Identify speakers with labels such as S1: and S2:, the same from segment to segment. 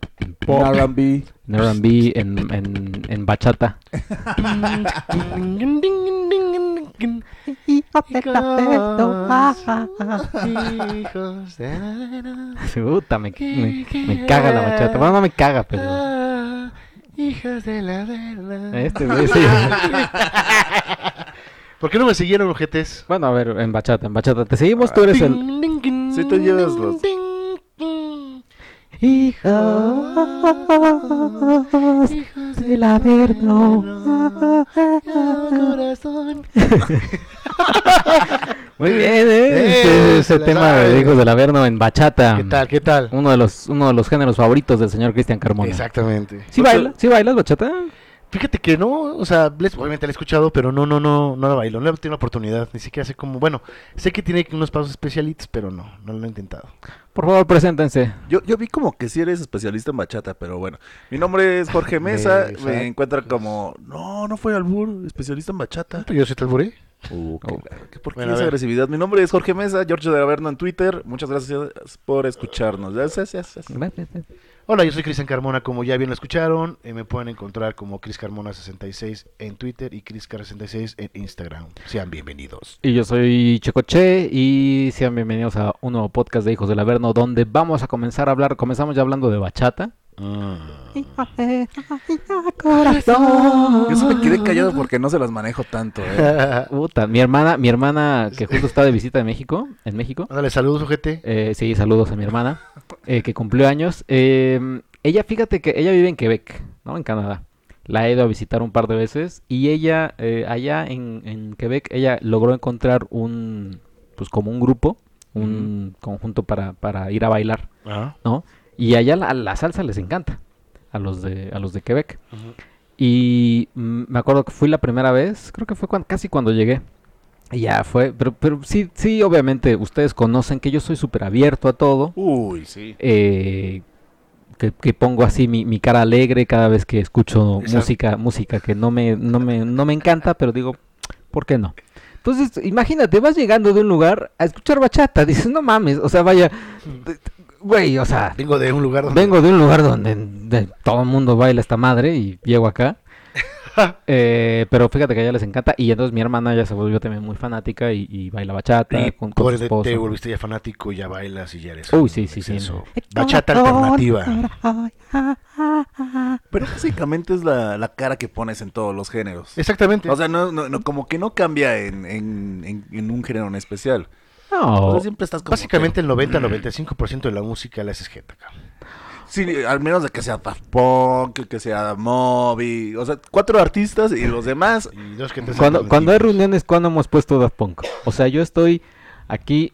S1: pop,
S2: En R&B.
S1: en R&B, en, en, en bachata.
S3: Hijos de...
S1: Puta, me, me, me caga la bachata. Bueno, no me caga, pero...
S3: Ah, hijos de la verdad.
S1: Este güey, sí.
S3: ¿Por qué no me siguieron, ojetes?
S1: Bueno, a ver, en bachata, en bachata. Te seguimos, tú eres el...
S2: Sí te llevas los-
S1: Hijos
S3: Hijos
S1: del Averno.
S3: corazón.
S1: Muy bien, ¿eh?
S3: Eh,
S1: Ese- ese
S3: la
S1: tema
S3: sabe.
S1: de Hijos del Averno en bachata.
S3: ¿Qué tal? ¿Qué tal?
S1: Uno de los, uno de los géneros favoritos del señor Cristian Carmona.
S3: Exactamente.
S1: ¿Sí, baila, ¿Sí bailas bachata?
S3: Fíjate que no, o sea, les- obviamente la he escuchado, pero no, no, no, no la bailo, no he tenido la oportunidad, ni siquiera sé cómo, bueno, sé que tiene unos pasos especialitos, pero no, no lo he intentado.
S1: Por favor, preséntense.
S2: Yo, yo vi como que si eres especialista en bachata, pero bueno. Mi nombre es Jorge Mesa.
S3: Exacto.
S2: me encuentran como. No, no fue albur, especialista en bachata.
S3: Yo soy Talburé.
S2: Uh, qué
S1: Oh.
S2: la- qué- ¿Por qué
S3: Bueno, a
S2: esa
S3: ver.
S2: agresividad? Mi nombre es Jorge Mesa, George de Averno en Twitter. Muchas gracias por escucharnos. Gracias, gracias.
S3: Hola, yo soy Cristian Carmona, como ya bien lo escucharon, eh, me pueden encontrar como Cris Carmona66 en Twitter y CrisCar66 en Instagram. Sean bienvenidos.
S1: Y yo soy Checoche y sean bienvenidos a un nuevo podcast de Hijos del Averno donde vamos a comenzar a hablar, comenzamos ya hablando de bachata. Mm.
S2: Yo se me quedé callado porque no se las manejo tanto, eh.
S1: Puta, mi hermana, mi hermana que justo está de visita en México, en México.
S3: Ándale, saludos, ojete.
S1: Eh, sí, saludos a mi hermana eh, que cumplió años. Eh, ella, fíjate que ella vive en Quebec, ¿no? En Canadá. La he ido a visitar un par de veces y ella, eh, allá en, en Quebec, ella logró encontrar un, pues como un grupo, un conjunto para, para ir a bailar. ¿no? Y allá la, la salsa les encanta a los de a los de Quebec.
S3: Ujú.
S1: Y mm, me acuerdo que fui la primera vez, creo que fue cuan- casi cuando llegué. Y ya fue, pero, pero sí, sí, obviamente ustedes conocen que yo soy súper abierto a todo,
S2: Uy, sí.
S1: eh, que, que pongo así mi, mi cara alegre cada vez que escucho
S3: Exacto.
S1: música, música que no me, no me, no me encanta, pero digo, ¿por qué no? Entonces, imagínate, vas llegando de un lugar a escuchar bachata, dices, no mames, o sea, vaya, güey, o sea,
S3: Vengo de un lugar donde...
S1: Vengo de un lugar donde de- todo el mundo baila esta madre y llego acá. Eh, pero fíjate que a ella les encanta. Y entonces mi hermana ya se volvió también muy fanática y, y baila bachata
S2: Y
S1: con, con
S3: Pobre
S1: su
S3: de-
S1: esposo.
S3: te volviste ya fanático, ya bailas y ya eres.
S1: Uy,
S3: un
S1: sí, sí, sí.
S3: exceso. Bachata alternativa.
S2: Pero básicamente es la, la cara que pones en todos los géneros.
S3: Exactamente.
S2: O sea, no, no, no, como que no cambia en, en, en, en un género en especial.
S1: No,
S2: O sea, siempre estás como
S3: Básicamente el 90-95% de la música la haces jeta, cabrón.
S2: que- sí, al menos de que sea Daft Punk, que sea Moby. O sea, cuatro artistas y los demás.
S3: Y dos que tres
S1: cuando, cuando hay
S3: alternativas.
S1: reuniones, cuando hemos puesto Daft Punk? O sea, yo estoy aquí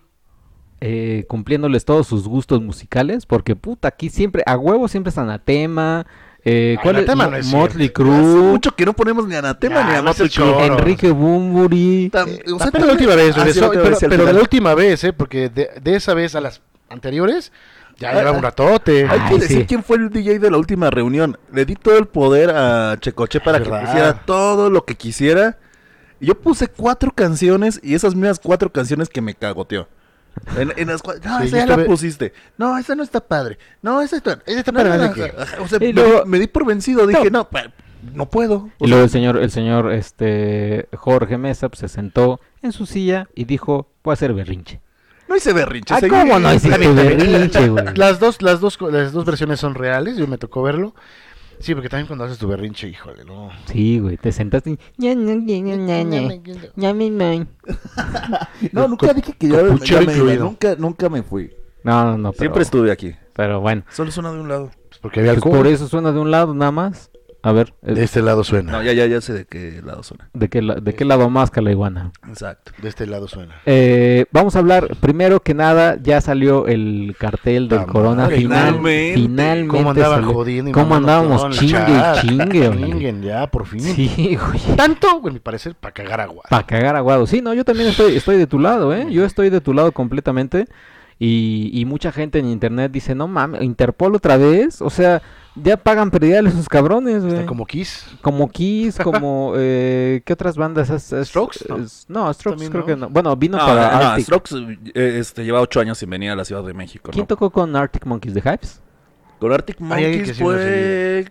S1: eh, cumpliéndoles todos sus gustos musicales. Porque puta, aquí siempre, a huevo siempre es anatema. Eh, ¿cuál es?
S3: Anatema
S1: Mo-
S3: no es
S1: Motley
S2: Hace
S1: Crue,
S2: mucho que no ponemos ni anatema
S3: Ya,
S2: ni a
S3: no
S2: Motley
S3: seas choro.
S2: Crue.
S1: Enrique Bumburi.
S2: Tam- o sea,
S3: Apenas la última vez,
S2: Ah, sí,
S3: regresó,
S2: la última
S3: pero,
S2: vez, sí,
S3: pero
S2: al
S3: de
S2: final.
S3: la última vez, ¿eh? Porque de, de esa vez a las anteriores, ya
S2: Ah,
S3: llevaba
S2: ah.
S3: un ratote.
S2: Hay que
S1: Ay,
S2: decir
S1: sí.
S2: quién fue el DJ de la última reunión. Le di todo el poder a Checoche para que
S3: verdad.
S2: pusiera todo lo que quisiera. Y yo puse cuatro canciones y esas mismas cuatro canciones que me cagoteó. En, en las cual, no,
S3: Sí,
S2: esa
S3: yo
S2: ya
S3: estuve-
S2: la pusiste. No, esa no está padre. No, esa está, esa está
S3: padre,
S2: no, no,
S3: ¿de
S2: no,
S3: qué?
S2: ajá, O sea,
S1: Y
S2: me,
S1: luego-
S2: me di por vencido. Dije, no, pa- no puedo. O
S1: Y luego
S2: sea,
S1: el señor, el señor este, Jorge Mesa pues, se sentó en su silla y dijo, voy a hacer berrinche.
S2: no hice berrinche.
S1: Ah,
S2: seguí-
S1: ¿cómo no hiciste
S2: Está bien, está bien.
S1: berrinche, güey?
S3: Las dos, las dos, co- las dos versiones son reales, yo me tocó verlo. Sí, porque también cuando haces tu berrinche, híjole, no.
S1: Sí, güey, te sentaste y... ña, ña, ña, ña, ña, ña,
S3: Pues
S1: ña, mi, mi.
S2: No, nunca dije que yo
S3: Capuchero
S2: ya me iba,
S3: incluido.
S2: Nunca, nunca me fui.
S1: No, no, no, pero,
S2: Siempre estuve aquí.
S1: pero bueno.
S2: Solo suena de un lado.
S3: Pues porque había
S1: Pues
S3: alcohol.
S1: por eso suena de un lado nada más. A ver, eh,
S3: De este lado suena.
S2: No, ya, ya, ya sé de qué lado suena.
S1: ¿de, qué, la- ¿de qué lado más que la iguana?
S2: Exacto.
S3: De este lado suena.
S1: Eh, vamos a hablar, primero que nada, ya salió el cartel del
S3: Ah,
S1: Corona
S2: madre,
S1: final.
S2: finalmente.
S1: Finalmente.
S3: ¿Cómo andaban
S1: salió.
S3: jodiendo? y
S1: ¿Cómo
S3: mamando
S1: andábamos?
S3: todo en el
S1: Chingue,
S3: chat?
S1: chingue, güey.
S3: Chinguen, ya, por fin.
S1: Sí, güey.
S3: Tanto, güey, mi parecer, para cagar agua.
S1: Para cagar aguado. Sí, no, yo también estoy, estoy de tu lado, ¿eh? Yo estoy de tu lado completamente. Y, y mucha gente en internet dice, no mames, Interpol otra vez. O sea, ya pagan predial esos cabrones, güey.
S3: Está
S1: Como...
S3: como Kiss.
S1: Kiss, como... eh, ¿Qué otras bandas? Es- es-
S3: Strokes, ¿no?
S1: es- no, Strokes
S3: También
S1: creo
S3: no.
S1: que no. Bueno, vino
S2: No,
S1: para
S2: no, no,
S1: Arctic.
S2: Strokes eh, este, lleva ocho años sin venir a la Ciudad de México.
S1: ¿Quién
S2: ¿no?
S1: tocó con Arctic Monkeys de Hypes?
S2: Con Arctic
S3: Hay alguien
S2: Monkeys
S3: que sí lo ha
S2: fue.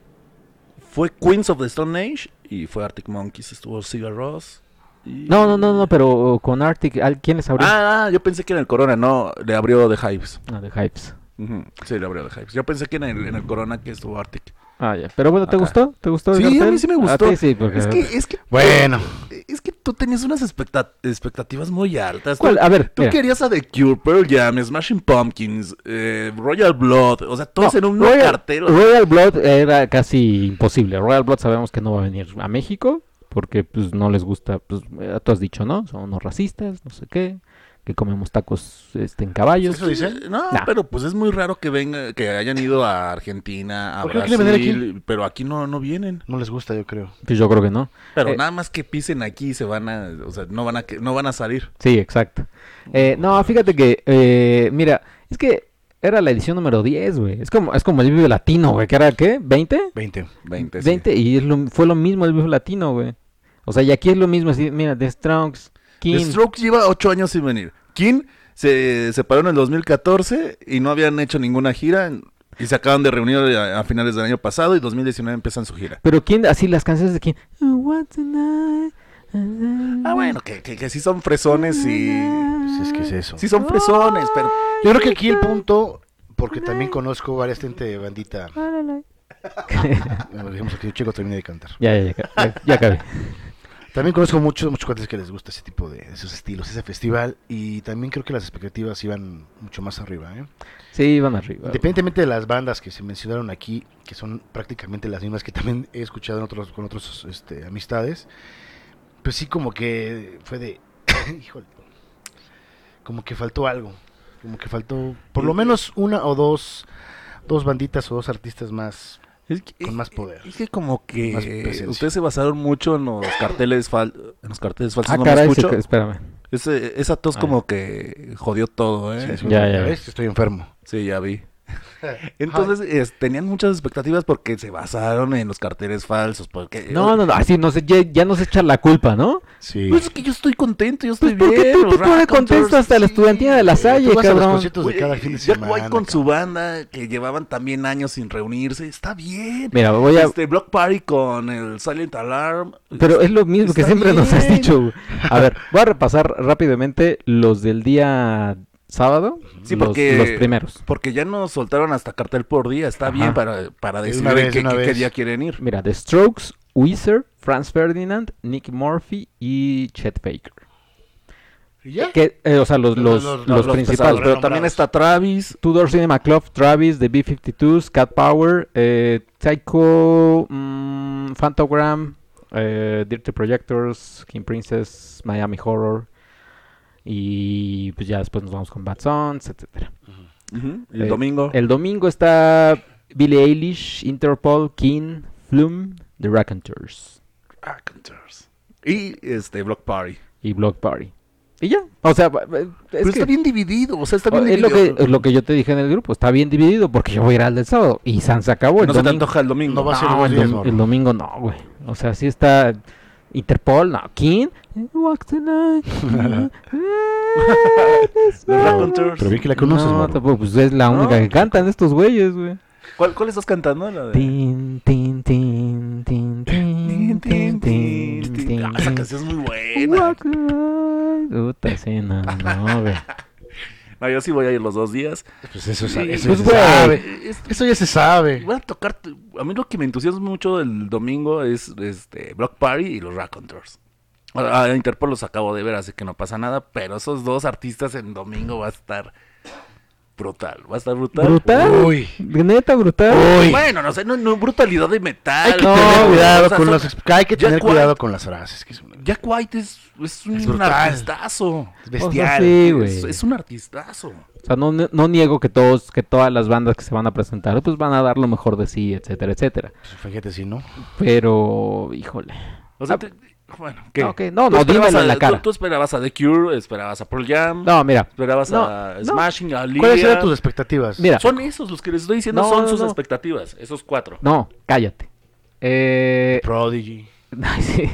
S2: Fue Queens of the Stone Age y fue Arctic Monkeys. Estuvo Sigur Ross. y-
S1: No, no, no, no, pero con Arctic, ¿al- ¿quién les abrió?
S2: Ah, ah, yo pensé que en el Corona, no. Le abrió The Hives.
S1: No, de Hypes.
S2: Ujú, Sí, le abrió The Hives. Yo pensé que en el, en el Corona que estuvo Arctic.
S1: Ah, ya. Pero bueno, ¿te
S2: Acá.
S1: gustó? ¿Te gustó? el
S2: Sí, a mí
S1: cartel?
S2: sí me gustó.
S1: A ti sí, porque...
S2: Es que, es que.
S3: Bueno.
S2: Es que tú tenías unas expecta- expectativas muy altas. Tú-
S1: ¿Cuál? A ver,
S2: Tú
S1: mira.
S2: querías a The Cure, Pearl Jam, Smashing Pumpkins, eh, Royal Blood, o sea, todos
S1: No,
S2: en un
S1: Royal-
S2: cartero.
S1: Royal Blood era casi imposible. Royal Blood sabemos que no va a venir a México porque pues no les gusta, pues eh, tú has dicho, ¿no? Son unos racistas, no sé qué, que comemos tacos este en caballos.
S3: ¿Eso dice?
S2: No,
S1: Nah.
S2: pero pues es muy raro que venga, que hayan ido a Argentina, a
S3: ¿Por qué no
S2: Brasil,
S3: quieren venir
S2: pero aquí no, no vienen.
S3: No les gusta, yo creo.
S1: Pues yo creo que no.
S2: Pero
S1: Eh.
S2: nada más que pisen aquí y se van a, o sea, no van a, que- no van a salir.
S1: Sí, exacto. Eh, no, fíjate que, eh, mira, es que era la edición número 10, güey. Es como, es como el Vive Latino, güey, que era, ¿qué? ¿20?
S3: 20.
S2: 20. sí.
S1: 20, y es lo- fue lo mismo el Vive Latino, güey. O sea, y aquí es lo mismo, así, mira, The Strokes, King.
S2: The Strokes lleva 8 años sin venir. King se separó en el 2014 y no habían hecho ninguna gira y se acaban de reunir a, a finales del año pasado y 2019 empiezan su gira.
S1: Pero quién, así las canciones de quién. "Oh, what tonight, and
S2: Ah, bueno, que, que, que sí son fresones y...
S3: Si pues, es que es eso.
S2: Sí son fresones, pero...
S3: Yo creo que aquí el punto, porque también conozco varias gente de bandita. Bueno, Digamos que el chico termina de cantar.
S1: Ya, ya, ya, ya, ya acabé.
S3: También conozco muchos, muchos cuates que les gusta ese tipo de esos estilos, ese festival. Y también creo que las expectativas iban mucho más arriba. ¿eh?
S1: Sí, van arriba. güey.
S3: Independientemente de las bandas que se mencionaron aquí, que son prácticamente las mismas que también he escuchado en otros, con otros este, amistades, pues sí como que fue de, híjole, como que faltó algo, como que faltó por lo menos una o dos, dos banditas o dos artistas más.
S2: Es que, eh,
S3: Con más poder.
S2: Es que como
S3: Más
S2: que
S3: presencia.
S2: ustedes se basaron mucho en los carteles, fal- en los carteles falsos.
S1: Ah,
S2: no me
S1: caray,
S2: escucho.
S1: se- espérame.
S2: Ese- esa tos
S1: Ah.
S2: como que jodió todo, ¿eh?
S3: Sí,
S2: Sí,
S3: sí,
S1: ya, ya.
S3: ¿ves? Estoy enfermo.
S2: ya vi. Entonces es- tenían muchas expectativas porque se basaron en los carteles falsos. Porque,
S1: No, no, no, así no se, ya, ya no se echa la culpa, ¿no?
S3: Sí.
S2: Pues es que yo estoy contento, yo estoy
S1: Pues porque
S2: bien.
S1: tú te
S2: los
S1: pones
S2: Raconteurs,
S1: contento hasta la
S2: sí.
S1: estudiantina de la Salle,
S3: Tú vas a los
S1: cabrón.
S3: conciertos de
S2: Oye,
S3: cada fin de
S2: Jack
S3: semana.
S2: White con
S3: cabrón.
S2: su banda, que llevaban también años sin reunirse, está bien.
S1: Mira, voy a.
S2: Este Block Party con el Silent Alarm.
S1: Pero es lo mismo que
S2: Está
S1: siempre nos has
S2: bien.
S1: dicho. güey. A ver, voy a repasar rápidamente los del día sábado.
S2: Sí,
S1: los,
S2: porque-
S1: los primeros.
S2: Porque ya nos soltaron hasta cartel por día, está
S1: Ajá.
S2: bien para, para
S3: De
S2: decir
S3: una
S2: en
S3: vez, de
S2: qué,
S3: una
S2: qué- qué
S3: vez.
S2: día quieren ir.
S1: Mira, The Strokes, Weezer, Franz Ferdinand, Nick Murphy y Chet Baker.
S3: ¿Y ya?
S1: Que, eh, o sea, los, los,
S3: Los-
S1: los,
S3: los-
S2: los
S1: principales.
S2: pesados, pero también está Travis.
S1: Tudor Cinema Club, Travis, The B-52s, Cat Power, eh, Tycho, mm, Phantogram, eh, Dirty Projectors, King Princess, Miami Horror. Y pues ya después nos vamos con Bad Sons, etc.
S2: Ujú, El
S1: Eh,
S2: domingo.
S1: El domingo está Billie Eilish, Interpol, King, Flume, The Raconteurs
S2: Arkansas. Y este Block Party.
S1: y Block Party. Y ya, o sea, ba- ba- es
S2: pero
S1: que- Oh,
S2: está bien dividido, o sea, está bien
S1: es lo,
S2: dividido.
S1: que, es lo que yo te dije en el grupo, está bien dividido porque yo voy a ir al del sábado y San se acabó el
S2: no se te
S1: domingo.
S2: antoja el domingo. Ah,
S3: No va a ser
S1: No,
S3: dos
S1: el,
S3: días,
S1: dom-
S3: morro.
S1: el domingo no, güey. O sea, sí está Interpol, no, King. Walk tonight. Eh,
S2: Los Raconteurs.
S3: Pero bien que la conoces,
S1: no,
S3: morro.
S1: tampoco, pues es la
S2: No.
S1: única que cantan estos güeyes, güey.
S2: ¿Cuál, cuál estás cantando? La de-
S1: Tin, tin, tin, tin, tin, tin,
S2: Tin, tin,
S1: tin,
S2: tin,
S1: tin,
S2: tin. Ah, esa
S1: tin.
S2: canción es muy buena.
S1: Walk tonight. Puta, sí, no, no, güey.
S2: No, yo sí voy a ir los dos días.
S3: Pues eso, es-
S2: Sí,
S3: eso
S1: pues, güey.
S3: ya se sabe.
S2: Eh, es-
S3: Eso ya se sabe.
S2: Van a tocar. A mí lo que me entusiasma mucho el domingo es este Block Party y los Raconteurs. A a Interpol los acabo de ver, así que no pasa nada. Pero esos dos artistas en domingo va a estar brutal. Va a estar brutal.
S1: ¿Brutal?
S3: Uy.
S1: Neta, brutal.
S3: Uy.
S2: Bueno, no sé, no, no brutalidad de metal.
S3: Hay que
S2: no,
S3: tener
S2: o
S3: cuidado
S2: sea,
S3: con
S2: son-
S3: las ex- hay que
S2: Jack
S3: tener
S2: White-
S3: cuidado con las frases, que es un- pues,
S2: Jack White es, es un
S3: Es brutal.
S2: artistazo.
S3: es
S1: O
S3: bestial.
S1: sea, sí, güey.
S2: Es, es un artistazo.
S1: O sea, no, no niego que todos, que todas las bandas que se van a presentar, pues van a dar lo mejor de sí, etcétera, etcétera.
S3: Pues, fíjate si no.
S1: Pero, híjole.
S2: O sea,
S1: Ah,
S2: te- bueno, ¿qué?
S1: ok, no,
S2: Tú
S1: no,
S2: esperabas
S1: dímelo en
S2: a-
S1: la
S2: tú-
S1: cara.
S2: Tú, esperabas a The Cure, esperabas a Pearl Jam,
S1: No, mira.
S2: esperabas
S1: no,
S2: a
S1: no.
S2: Smashing, a
S3: ¿Cuáles
S2: Lyria.
S3: eran tus expectativas?
S1: Mira.
S2: Son esos los que les estoy diciendo,
S1: No,
S2: son
S1: no,
S2: sus
S1: no.
S2: expectativas, esos cuatro.
S1: No, cállate. Eh,
S3: Prodigy.
S1: ay, sí.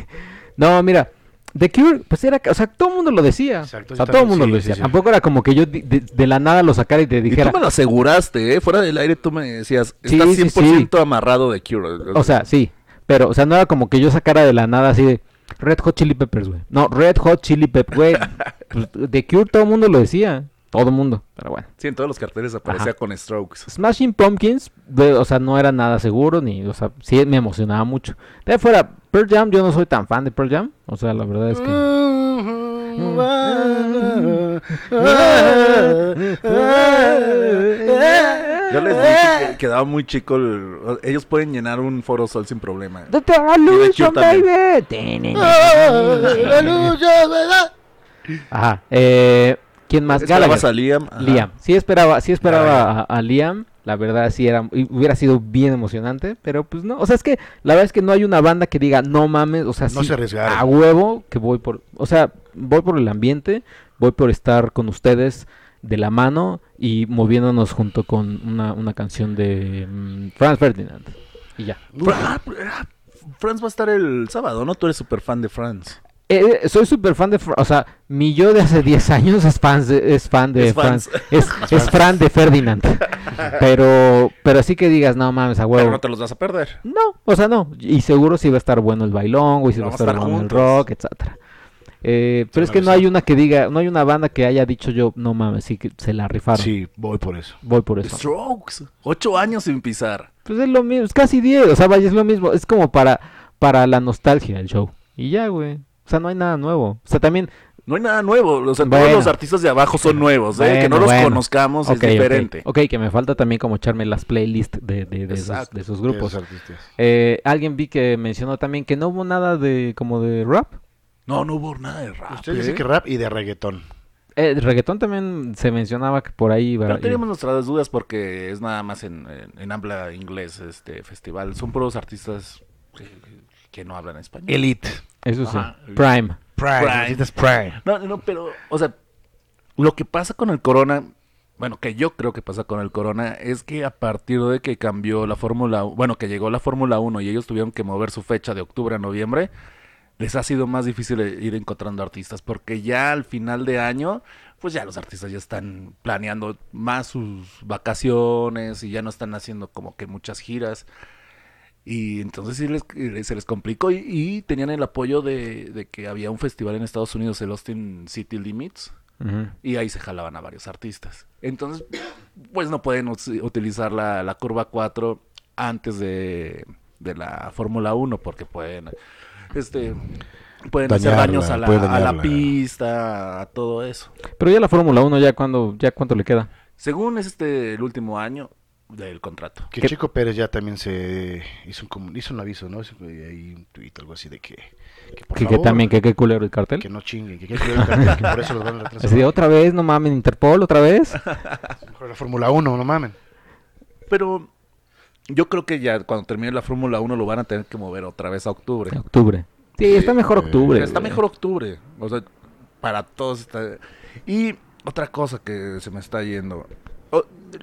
S1: No, mira. The Cure, pues era, o sea, todo el mundo lo decía.
S3: Exacto,
S1: o sea,
S3: yo
S1: todo el
S3: también,
S1: mundo
S3: sí,
S1: lo
S3: sí,
S1: decía.
S3: sí.
S1: Tampoco era como que yo di- de, de la nada lo sacara y te
S2: Y
S1: dijera.
S2: tú me lo aseguraste, ¿eh? Fuera del aire tú me decías,
S1: Sí,
S2: estás
S1: sí, sí.
S2: 100% amarrado de Cure.
S1: O sea, sí. Pero, o sea, no era como que yo sacara de la nada así de Red Hot Chili Peppers, güey. No, Red Hot Chili Peppers, güey. Pues, The Cure todo el mundo lo decía. Todo el mundo. Pero bueno. Pues,
S2: Sí, en todos los carteles aparecía con Strokes.
S1: Smashing Pumpkins, de- o sea, no era nada seguro, ni, o sea, sí me emocionaba mucho. De ahí fuera, Pearl Jam, yo no soy tan fan de Pearl Jam. O sea, la verdad es que.
S2: Mm-hmm. Yo les dije que quedaba muy chico. el- ellos pueden llenar un foro sol sin problema.
S1: ¡Date a
S2: The Cure
S1: Lucian,
S2: también.
S1: baby! Ajá. Eh, ¿Quién más?
S2: Esperabas
S1: Gallagher.
S2: a Liam. ajá.
S1: Liam. Sí esperaba, sí esperaba a,
S2: Gallagher.
S1: a Liam. La verdad sí era, y hubiera sido bien emocionante, pero pues no. O sea, es que la verdad es que no hay una banda que diga, no mames, o sea,
S3: No
S1: sí,
S3: se arriesgaron.
S1: a huevo que voy por, o sea, voy por el ambiente, voy por estar con ustedes de la mano y moviéndonos junto con una, una canción de mm, Franz Ferdinand. Y ya.
S2: Fra- ah, Franz va a estar el sábado, ¿no? Tú eres súper fan de Franz.
S1: Eh, eh, soy súper fan de, Fra- o sea, mi yo de hace 10 años es fan de, es fan de
S2: Es fans.
S1: Franz, es, es fan de Ferdinand. Pero, pero así que digas, no mames, a
S2: Pero
S1: huevo.
S2: no te los vas a perder.
S1: No, o sea, no. Y seguro sí va a estar bueno el bailón, güey, sí va a
S2: Vamos a
S1: estar
S2: estar
S1: bueno el
S2: juntos.
S1: rock, etcétera. Eh, pero es
S3: me
S1: que no
S3: avisa.
S1: hay una que diga, no hay una banda que haya dicho yo, no mames, sí que se la rifaron.
S3: Sí, voy por eso.
S1: Voy por eso.
S2: Strokes. Ocho años sin pisar.
S1: Pues es lo mismo, es casi 10, o sea, vaya, es lo mismo, es como para, para la nostalgia del show. Y ya, güey. O sea, no hay nada nuevo. O sea, también
S2: No hay nada nuevo. O sea, todos
S1: Bueno.
S2: los artistas de abajo son nuevos, ¿eh? que
S1: Bueno,
S2: no los
S1: bueno.
S2: conozcamos
S1: Ok, ok.
S2: es diferente.
S1: Ok, que me falta también como echarme las playlists de, de, de esos,
S2: Exacto.
S1: de esos grupos.
S3: Esos artistas.
S1: Eh, alguien vi que mencionó también que no hubo nada de como de rap.
S2: No, no hubo nada de rap.
S3: Usted
S2: ¿eh?
S3: dice que rap y de reggaetón.
S1: Eh, el reggaetón también se mencionaba que por ahí iba.
S2: Pero
S1: iba-
S2: tenemos nuestras dudas porque es nada más en, en, en habla inglés este festival. Son puros artistas que, que no hablan español.
S3: Elite.
S1: Eso sí.
S2: Ajá.
S1: Prime.
S3: Prime.
S2: Prime.
S3: Artistas Prime.
S2: No, no, pero, o sea, lo que pasa con el corona, bueno, que yo creo que pasa con el corona, es que a partir de que cambió la Fórmula, bueno, que llegó la Fórmula 1 y ellos tuvieron que mover su fecha de octubre a noviembre, les ha sido más difícil eh, ir encontrando artistas, porque ya al final de año, pues ya los artistas ya están planeando más sus vacaciones y ya no están haciendo como que muchas giras. Y entonces sí les, eh, se les complicó y, y tenían el apoyo de, de que había un festival en Estados Unidos, el Austin City Limits,
S1: Ujú.
S2: y ahí se jalaban a varios artistas. Entonces, pues no pueden us- utilizar la, la curva 4 antes de, de la Fórmula 1 porque pueden, este, pueden hacer
S3: Dañarla,
S2: daños a la,
S3: pueden
S2: a la
S3: dañarla.
S2: pista, a todo eso.
S1: Pero ya la Fórmula 1, ya cuando, ya cuánto le queda.
S2: Según es este el último año del contrato.
S3: Que
S1: ¿Qué?
S3: Chico Pérez ya también se hizo un, comun- hizo un aviso, ¿no? Hizo ahí un tweet, algo así de que. Que, por
S1: Que, que
S3: favor,
S1: también, que qué culero el cartel.
S3: que no chinguen, que, que que por eso los van a retrasar.
S1: Así de, otra vez, no mamen, Interpol, otra vez.
S3: Mejor la Fórmula 1, no mamen.
S2: Pero yo creo que ya cuando termine la Fórmula 1 lo van a tener que mover otra vez a octubre.
S1: octubre. Sí, está mejor
S3: eh,
S1: octubre.
S2: Está
S1: güey.
S2: mejor octubre. O sea, para todos está... Y otra cosa que se me está yendo. O-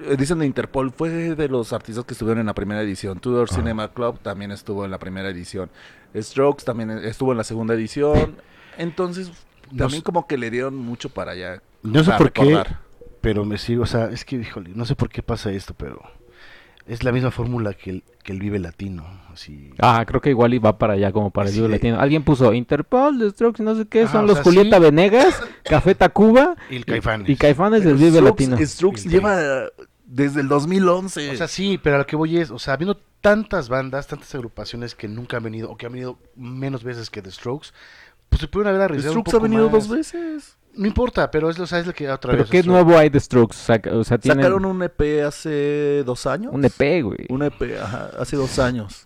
S2: eh, dicen de Interpol, fue de los artistas que estuvieron en la primera edición. Tudor Cinema Club también estuvo en la primera edición. Strokes también estuvo en la segunda edición. Entonces,
S3: No
S2: también
S3: sé-
S2: como que le dieron mucho para allá.
S3: No sé
S2: para
S3: por qué,
S2: recordar.
S3: pero me sigo, o sea, es que, híjole, no sé por qué pasa esto, pero es la misma fórmula que el, que el Vive Latino, así.
S1: Ah, creo que igual iba para allá, como para el
S3: Así
S1: Vive
S3: de-
S1: Latino. Alguien puso Interpol, The Strokes, no sé qué,
S3: Ajá,
S1: son
S3: o
S1: los
S3: sea,
S1: Julieta
S3: sí.
S1: Venegas, Café Tacuba
S3: Y el Caifanes.
S1: y Caifanes del
S2: Pero
S1: Vive
S2: Strokes-
S1: Latino.
S2: Strokes
S3: Sí.
S2: lleva desde el 2011.
S3: O sea, sí, pero a lo que voy es, o sea, habiendo tantas bandas, tantas agrupaciones que nunca han venido, o que han venido menos veces que The Strokes, pues se pudieron haber arriesgado un
S2: Strokes
S3: poco
S2: ha venido
S3: más.
S2: dos veces.
S3: No importa, pero es, lo- o sea, es lo que otra
S1: Pero
S3: vez.
S1: qué
S3: o sea,
S1: nuevo hay de Strokes. Saca- o sea, tienen
S2: Sacaron un EP hace dos años.
S1: un E EP, güey.
S2: Un EP, ajá, hace dos años.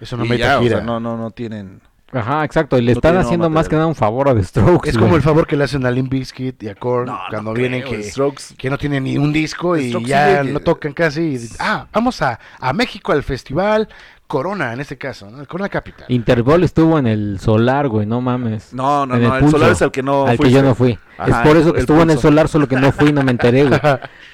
S3: Eso no
S2: Y
S3: me
S2: ya, o
S3: gira.
S2: sea, no, no, no tienen.
S1: Ajá, exacto. Y le
S2: No
S1: están
S2: tiene nuevo
S1: haciendo más que
S2: material.
S1: nada un favor a The Strokes.
S3: Es como
S1: güey.
S3: el favor que le hacen a Limp Bizkit y a Korn
S2: No,
S3: cuando
S2: no
S3: vienen
S2: creo,
S3: que,
S2: Strokes.
S3: que no tienen ni un disco y
S2: Strokes
S3: ya
S2: sigue-
S3: no tocan casi. y dicen, ah, vamos a, a México al festival Corona, en este caso, ¿no? El Corona Capital.
S1: Interpol estuvo en el Solar, güey, no mames.
S2: No, no,
S1: En
S2: no. El,
S1: Pulso,
S2: solar es el que no
S1: al que
S2: fuiste.
S1: yo no fui.
S2: Ajá,
S1: es por eso
S2: el-
S1: que
S2: el
S1: estuvo en el
S2: Pulso.
S1: Solar, solo que no fui y no me enteré, güey.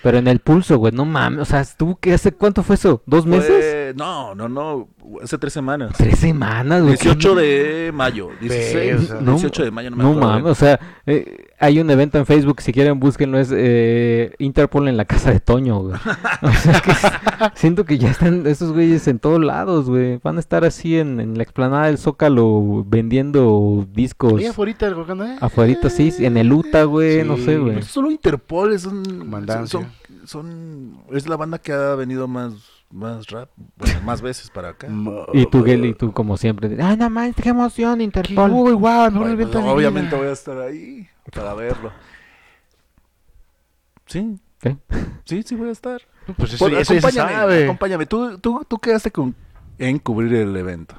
S1: Pero en el Pulso, güey, no mames. O sea, estuvo, ¿qué hace cuánto fue eso? ¿Dos
S2: Fue
S1: meses?
S2: fue, no, no, no, hace tres semanas.
S1: Tres semanas, güey.
S2: 18 de mayo, 16,
S3: Pero,
S1: no,
S2: 18 de mayo, no me
S1: No
S2: acuerdo bien.
S1: mames, o sea, eh, hay un evento en Facebook, si quieren búsquenlo, es eh, Interpol en la casa de Toño, güey. O sea, es que s- siento que ya están esos güeyes en todos lados, güey. Van a estar así en, en la explanada del Zócalo vendiendo discos.
S3: Ahí afuera, colgando, eh.
S1: Afuerita, sí, sí, en el UTA, güey, no
S3: Sí,
S1: sé, güey.
S2: Pero Solo Interpol es un...
S3: Comandancia.
S2: Son, son- es la banda que ha venido más, más rap, bueno, más veces para acá.
S3: Ma-
S1: Y
S2: oh,
S1: tú, Geli, tú como siempre, de, ay, no mames, qué emoción,
S3: Qué-
S1: Interpol.
S3: Uy, guau, mejor
S2: Bueno, pues,
S3: evento de mi
S2: obviamente
S3: vida.
S2: voy a estar ahí para verlo. Sí,
S1: ¿Qué?
S2: sí, sí voy a estar.
S3: No, Pues eso,
S2: Por-
S3: eso ya se
S2: acompáñame,
S3: sabe.
S2: acompáñame. Tú, tú, tú quedaste con, en cubrir el evento.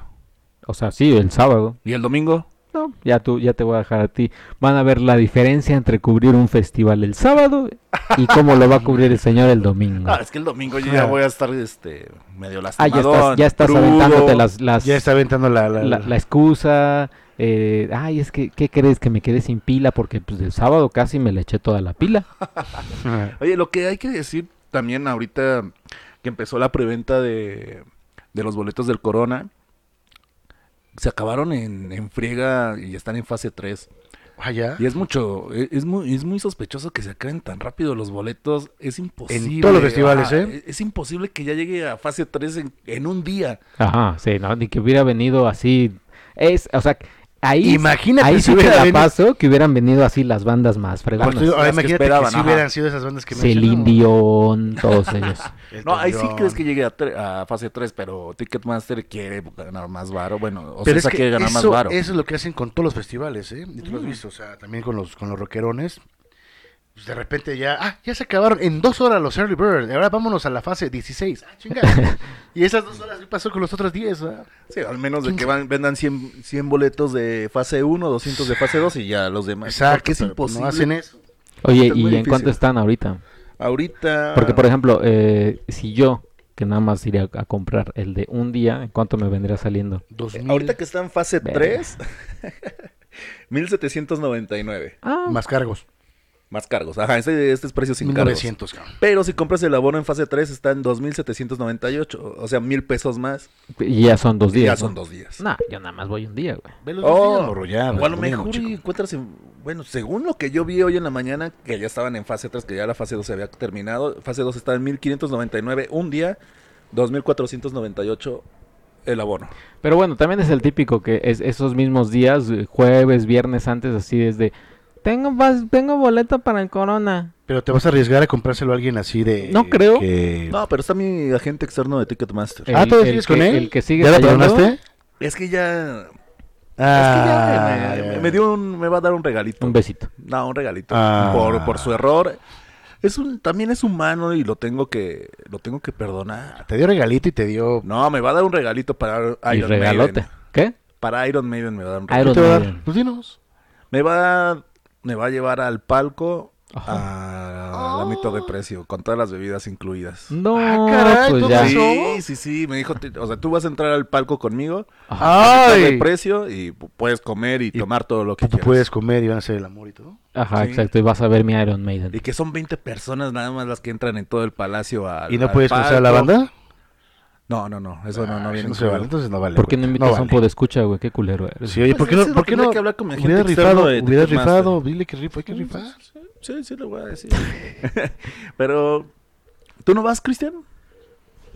S1: O sea, sí, el sábado.
S2: ¿Y el domingo?
S1: No, ya tú, ya te voy a dejar a ti. Van a ver la diferencia entre cubrir un festival el sábado y cómo lo va a cubrir el señor el domingo.
S2: Ah, es que el domingo yo ya
S3: Claro.
S2: voy a estar este, medio
S1: Mm. Ah, ya
S2: lastimadón.
S1: estás, ya estás
S2: crudo.
S1: aventándote las, las-
S3: Ya está aventando la... la,
S1: la, la excusa. eh, ay, es que, ¿qué crees? Que me quedé sin pila porque pues, el sábado casi me le eché toda la pila.
S3: Ah,
S2: Oye, lo que hay que decir también ahorita que empezó la preventa de, de los boletos del Corona, se acabaron en, en friega y ya están en fase 3.
S3: ah, ya.
S2: Y es mucho, e- es muy, es muy sospechoso que se acaben tan rápido los boletos. Es imposible.
S3: todos los festivales,
S2: ajá, e,
S3: ¿eh?
S2: Es, es imposible que ya llegue a fase 3 en, en un día.
S1: Ajá, sí, no, ni que hubiera venido así. Es, o sea, ahí,
S3: Imagínate
S1: ahí
S3: si
S1: sí te
S3: hubiera
S1: la
S3: venido-
S1: paso que hubieran venido así las bandas más
S3: Ahora,
S1: fregonas.
S2: Las- las que
S3: imagínate que,
S2: esperaban,
S3: si
S2: ajá.
S3: hubieran sido esas bandas que
S1: Celine
S3: mencionamos. Este,
S1: Dion, todos ellos.
S3: El
S2: No, ahí sí
S3: Torreón.
S2: crees que llegue a, tre- a fase 3, pero Ticketmaster quiere ganar más varo. Bueno, o
S3: Pero es
S2: sea, quiere
S3: que
S2: ganar más
S3: eso,
S2: varo. Mm.
S3: eso es lo que hacen con todos los festivales, ¿eh? Y tú lo has visto, o sea, también con los, con los rockerones. Pues de repente ya, ah, ya se acabaron en dos horas los Early Bird. Ahora vámonos a la fase 16. Ah, chingada. y esas dos horas, ¿qué pasó con los otros 10? ah?
S2: Sí, al menos de que van- vendan 100, 100 boletos de fase 1, 200 de fase 2 y ya los demás. pues Porque es
S3: pero
S2: imposible.
S3: No hacen eso.
S1: Oye,
S2: Está muy
S1: ¿y en
S2: difícil.
S1: cuánto están ahorita?
S2: Ahorita.
S1: Porque, por ejemplo, eh, si yo, que nada más iría a comprar el de un día, ¿en cuánto me vendría saliendo?
S3: Dos mil
S2: Eh, ahorita que está en fase
S1: Verga.
S2: 3, 1799.
S1: Ah,
S3: más cargos.
S2: Más cargos. Ajá, este, este es precio sin cargos.
S3: 1900, cabrón.
S2: Pero si compras el abono en fase 3 está en 2.798, o sea, mil pesos más.
S1: y ya son dos
S2: Y
S1: días.
S2: ya
S1: ¿no?
S2: son dos días.
S1: No, pues, yo nada más voy un día, güey.
S3: Ve los dos días,
S2: Oh,
S3: morro, ya,
S2: o a lo
S3: güey,
S2: mejor
S3: chico.
S2: y encuentras en- bueno, según lo que yo vi hoy en la mañana, que ya estaban en fase 3, que ya la fase 2 se había terminado, fase 2 está en 1599 un día, 2498 el abono.
S1: Pero bueno, también es el típico que es esos mismos días, eh, jueves, viernes, antes, así desde. Tengo, vas- tengo boleto para el corona.
S3: Pero te vas a arriesgar a comprárselo a alguien así de.
S1: No creo.
S3: que-
S2: No, pero está mi agente externo de Ticketmaster.
S1: Eh.
S3: ah,
S1: El-
S3: ¿todavía
S1: el
S3: sigues
S1: que-
S3: con él?
S1: el que sigue
S3: ¿Ya lo
S1: fallando?
S3: perdonaste?
S2: Es que ya,
S3: Ah,
S2: es que ya me,
S3: ya.
S2: me dio un me va a dar un regalito.
S1: Un besito.
S2: No, un regalito
S3: Ah.
S2: por, por su error. Es un también es humano y lo tengo que lo tengo que perdonar.
S3: Te dio regalito y te dio.
S2: No, me va a dar un regalito para Iron
S1: y regalote.
S2: Maiden.
S1: ¿Qué?
S2: Para Iron Maiden me va a dar un regalito.
S1: Iron
S3: ¿Qué te va a dar?
S1: Maiden.
S3: Pues dinos.
S2: Me va, me va a llevar al palco a
S3: Oh.
S2: la mitad de precio, con todas las bebidas incluidas.
S1: No,
S3: Ah, caray,
S1: pues
S3: ¿todo
S1: ya.
S3: eso?
S2: Sí, sí, sí, me dijo, "Te- o sea, tú vas a entrar al palco conmigo,
S1: Ajá.
S2: a mitad de precio y pu- puedes comer y, tomar todo lo que
S3: Pu-
S2: quieras.
S3: Puedes comer y van a hacer el amor y todo.
S1: Ajá,
S2: sí.
S1: exacto. Y vas a ver mi Iron Maiden.
S2: Y que son 20 personas nada más las que entran en todo el palacio al
S3: ¿Y no
S2: al
S3: puedes conocer a la
S2: palco.
S3: banda?
S2: No, no, no, eso no,
S3: Ah,
S2: no viene
S3: se vale, entonces no vale.
S1: ¿Por qué no
S3: güey,
S1: invitas a un
S3: vale.
S1: podescucha, güey? Qué culero eres.
S3: Sí, oye, ¿por
S2: Pues
S3: qué
S2: ese
S3: no?
S2: lo
S3: ¿Por qué
S2: tendría
S3: no?
S2: que hablar con mi agente
S3: Hubieras
S2: externo
S3: rifado,
S2: de
S3: hubieras
S2: Ticketmaster. Mm.
S3: rifado, dile que rifa, hay que rifar.
S2: Pues, Sí, sí, lo voy a decir. Pero, ¿tú no vas, Cristian?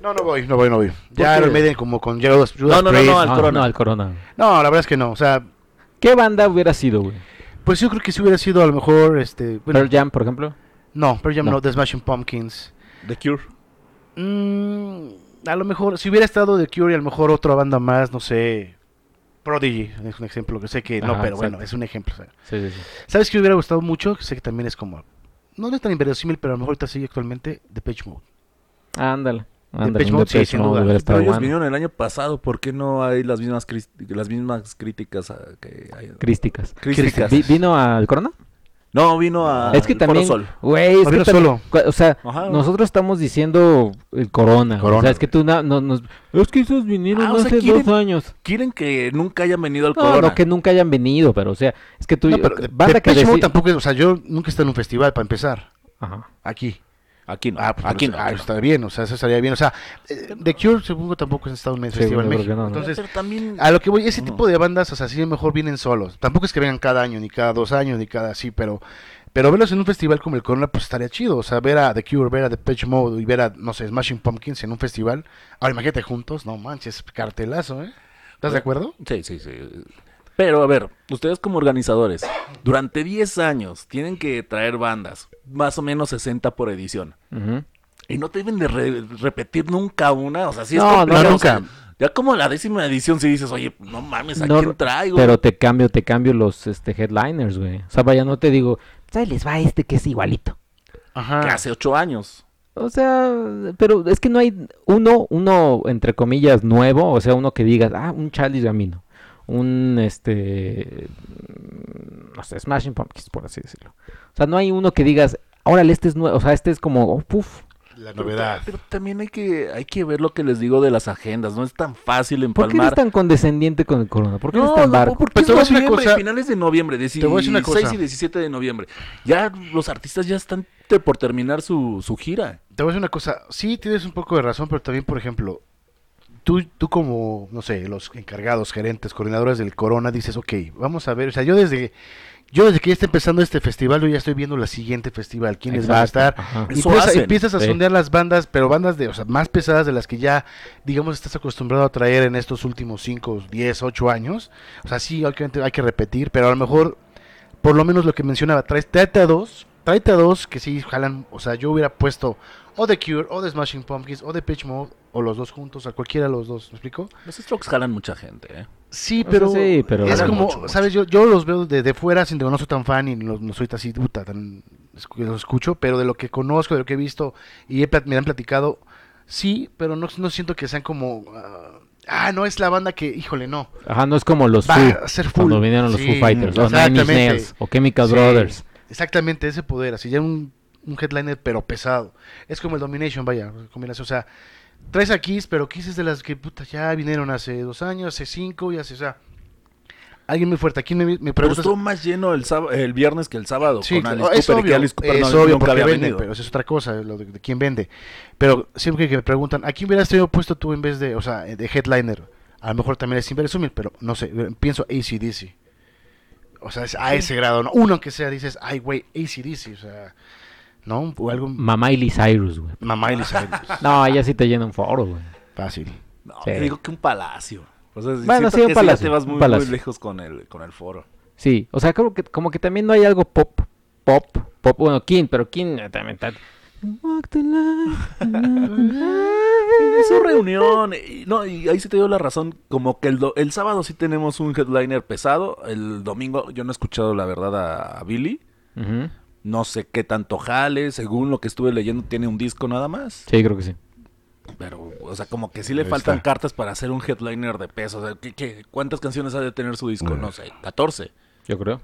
S3: No, no voy, no voy, no voy.
S2: qué?
S3: Ya lo meden como con Judas
S2: No, no, no,
S3: Priest.
S2: no, al
S1: No,
S2: Corona.
S1: no, al corona.
S3: No, la verdad es que no, o sea,
S1: ¿Qué banda hubiera sido, güey?
S3: pues yo creo que si hubiera sido a lo mejor, este, bueno,
S1: Pearl Jam, por ejemplo.
S3: no, pero ya
S1: No.
S3: no, The Smashing Pumpkins.
S2: The Cure.
S3: Mm, a lo mejor, si hubiera estado The Cure y a lo mejor otra banda más, no sé, Prodigy, es un ejemplo que sé que no,
S1: Ajá,
S3: pero
S1: exacto.
S3: bueno, es un ejemplo. o sea.
S1: Sí, sí, sí.
S3: ¿Sabes que me hubiera gustado mucho? Que sé que también es como, no es tan inverosímil, pero a lo mejor ahorita sigue actualmente, The Page Mode.
S1: Ándale.
S3: Depeche
S1: Ándale, un
S3: Mode, sí,
S1: Depeche
S3: sin
S1: Mode
S3: duda.
S1: hubiera
S2: Pero
S1: estado
S2: ellos
S1: bueno.
S2: vinieron el año pasado, ¿por qué no hay las mismas, cris- las mismas críticas a- que hay?
S1: Crísticas.
S2: Crísticas.
S1: Vi- ¿Vino al Corona?
S2: No, vino a
S1: es que
S2: al Foro
S1: también,
S2: Sol.
S1: güey, es que
S3: Vino
S1: también-
S3: solo.
S1: cu- o sea,
S2: Ajá.
S1: nosotros estamos diciendo el corona,
S3: Corona,
S1: o sea, es que
S3: güey.
S1: tú na- no, nos, es que esos vinieron
S2: Ah, o sea,
S1: hace
S2: quieren-
S1: dos años,
S2: Quieren que nunca hayan venido al
S1: no,
S2: Corona.
S1: no que nunca hayan venido, pero o sea, es que tú,
S3: No, pero de-
S1: banda que
S3: Depeche Mode
S1: deci-
S3: tampoco es- o sea, yo nunca he estado en un festival para empezar,
S1: Ajá.
S3: aquí.
S2: Aquí no.
S3: Ah, pues,
S2: aquí
S3: pero-
S2: no.
S3: ah,
S2: aquí no.
S3: está bien, o sea, eso estaría bien. O sea, eh, The Cure supongo tampoco es en Estados Unidos
S1: Sí,
S3: Festival en
S1: yo creo
S3: México.
S1: que no, ¿no?
S3: Entonces,
S2: Pero también.
S3: a lo que voy, ese
S2: Ujú.
S3: tipo de bandas, o sea, sí mejor vienen solos. Tampoco es que vengan cada año, ni cada dos años, ni cada así, pero pero verlos en un festival como el Corona, pues estaría chido. O sea, ver a The Cure, ver a Depeche Mode y ver a, no sé, Smashing Pumpkins en un festival. Ahora imagínate juntos, no manches, cartelazo, ¿eh? ¿Estás de acuerdo?
S2: Sí, sí, sí. Pero a ver, ustedes como organizadores, durante 10 años tienen que traer bandas, más o menos 60 por edición.
S1: Ujú.
S2: Y no te deben de re- repetir nunca una, o sea, sí es
S1: No,
S2: complicado,
S3: no,
S2: o sea,
S3: nunca.
S2: ya como la décima edición si dices, oye, no mames, ¿a
S1: No,
S2: quién traigo?
S1: Pero te cambio, te cambio los este, headliners, güey. O sea, vaya, no te digo, "Ahí les va este que es igualito.
S3: Ajá.
S2: Que hace 8 años.
S1: O sea, pero es que no hay uno, uno entre comillas nuevo, o sea, uno que digas, ah, un Charlie Gamino, un este, mm, no sé, Smashing Pumpkins, por así decirlo. O sea, no hay uno que digas, órale, este es nuevo, o sea, este es como, oh, puf.
S3: La
S2: Pero-
S3: novedad.
S2: Pero, también hay que, hay que ver lo que les digo de las agendas, no es tan fácil
S1: ¿Por
S2: empalmar.
S1: qué eres tan condescendiente con el corona? ¿Por qué eres
S2: No,
S1: tan
S2: no,
S1: barco?
S2: porque
S3: Pero
S2: es
S3: Pues te voy a decir una
S2: noviembre,
S3: cosa.
S2: finales de noviembre, 16
S3: voy a decir una cosa.
S2: y 17 de noviembre. Ya los artistas ya están te- por terminar su, su gira.
S3: Te voy a decir una cosa, sí tienes un poco de razón, pero también, por ejemplo, tú, tú como, no sé, los encargados, gerentes, coordinadores del Corona, dices, ok, vamos a ver, o sea, yo desde, yo desde que ya está empezando este festival, yo ya estoy viendo la siguiente festival, quiénes van a estar.
S1: Exacto, ajá.
S3: Y
S2: Eso
S3: empiezas,
S2: hacen,
S3: empiezas a
S1: sí.
S3: sondear las bandas, pero bandas de, o sea, más pesadas de las que ya, digamos, estás acostumbrado a traer en estos últimos 5, 10, 8 años. O sea, sí, obviamente hay que repetir, pero a lo mejor, por lo menos lo que mencionaba, traes, tráete a dos, tráete a dos que sí jalan, o sea, yo hubiera puesto o The Cure, o The Smashing Pumpkins, o The Pitch Mode, o los dos juntos, o sea, cualquiera de los dos, ¿me explico?
S2: Los Strokes jalan mucha gente, ¿eh?
S3: Sí,
S1: sea,
S3: pero,
S1: sí, pero-
S3: es
S1: Jalan
S3: como,
S2: mucho, mucho.
S3: ¿sabes? Yo, yo los veo desde fuera, sin no soy tan fan y no, no soy así, puta, tan, es- los escucho, pero de lo que conozco, de lo que he visto y he plat- me han platicado, sí, pero no, no siento que sean como, ah, ah, no, es la banda que, híjole, no.
S1: Ajá, no es como los
S3: Va
S1: Foo,
S3: a ser
S1: cuando
S3: full.
S1: vinieron los
S3: Sí,
S1: Foo Fighters, o Nine Inch
S3: exactamente.
S1: Nails, o Chemical
S3: Sí,
S1: Brothers.
S3: Exactamente, ese poder, así ya un, un headliner, pero pesado. Es como el Domination, vaya, combinación, o sea, traes a Kiss, pero Kiss es de las que, puta, ya vinieron hace dos años, hace cinco y hace, o sea, alguien muy fuerte. Aquí me, me
S2: Pero
S3: preguntas-
S2: estuvo más lleno el, sáb- el viernes que el sábado
S3: pues Sí,
S2: con Alice
S3: claro, es
S2: Cooper, que
S3: obvio,
S2: Alice Cooper no-
S3: es obvio
S2: nunca
S3: porque
S2: había
S3: venden,
S2: venido.
S3: pero eso es otra cosa, lo de, de quién vende. Pero siempre que me preguntan, ¿a quién hubieras tenido puesto tú en vez de, o sea, de headliner? A lo mejor también es sin presumir, pero no sé, pienso ACDC. O sea, es a ese grado, ¿no? Uno que sea, dices, ay, güey, ACDC, o sea, ¿no? O algo
S2: Mm.
S1: Mamá Miley Cyrus, güey.
S3: mamá y Cyrus.
S1: No, ella sí te llena un foro, güey.
S3: Fácil.
S2: No,
S1: Sí.
S2: te digo que un palacio. O sea,
S1: Bueno,
S2: siento
S1: sí, un
S2: que
S1: palacio,
S2: ya te vas
S1: un
S2: muy,
S1: palacio.
S2: muy lejos con el, con el foro.
S1: Sí, o sea, como que, como que también no hay algo pop, pop, pop, bueno, King, pero King eh, también está... Walk the line, walk the line.
S2: Es su reunión. Y, no, y ahí sí te dio la razón. Como que el, do- el sábado sí tenemos un headliner pesado. El domingo yo no he escuchado la verdad a, a Billy.
S1: Ujú,
S2: No sé qué tanto jale. Según lo que estuve leyendo, tiene un disco nada más.
S1: Sí, creo que sí.
S2: Pero, o sea, como que sí le
S3: Ahí
S2: faltan
S3: está.
S2: cartas para hacer un headliner de peso. O sea, ¿qué- qué? cuántas canciones ha de tener su disco?
S3: Mm.
S2: No sé, 14.
S1: Yo creo.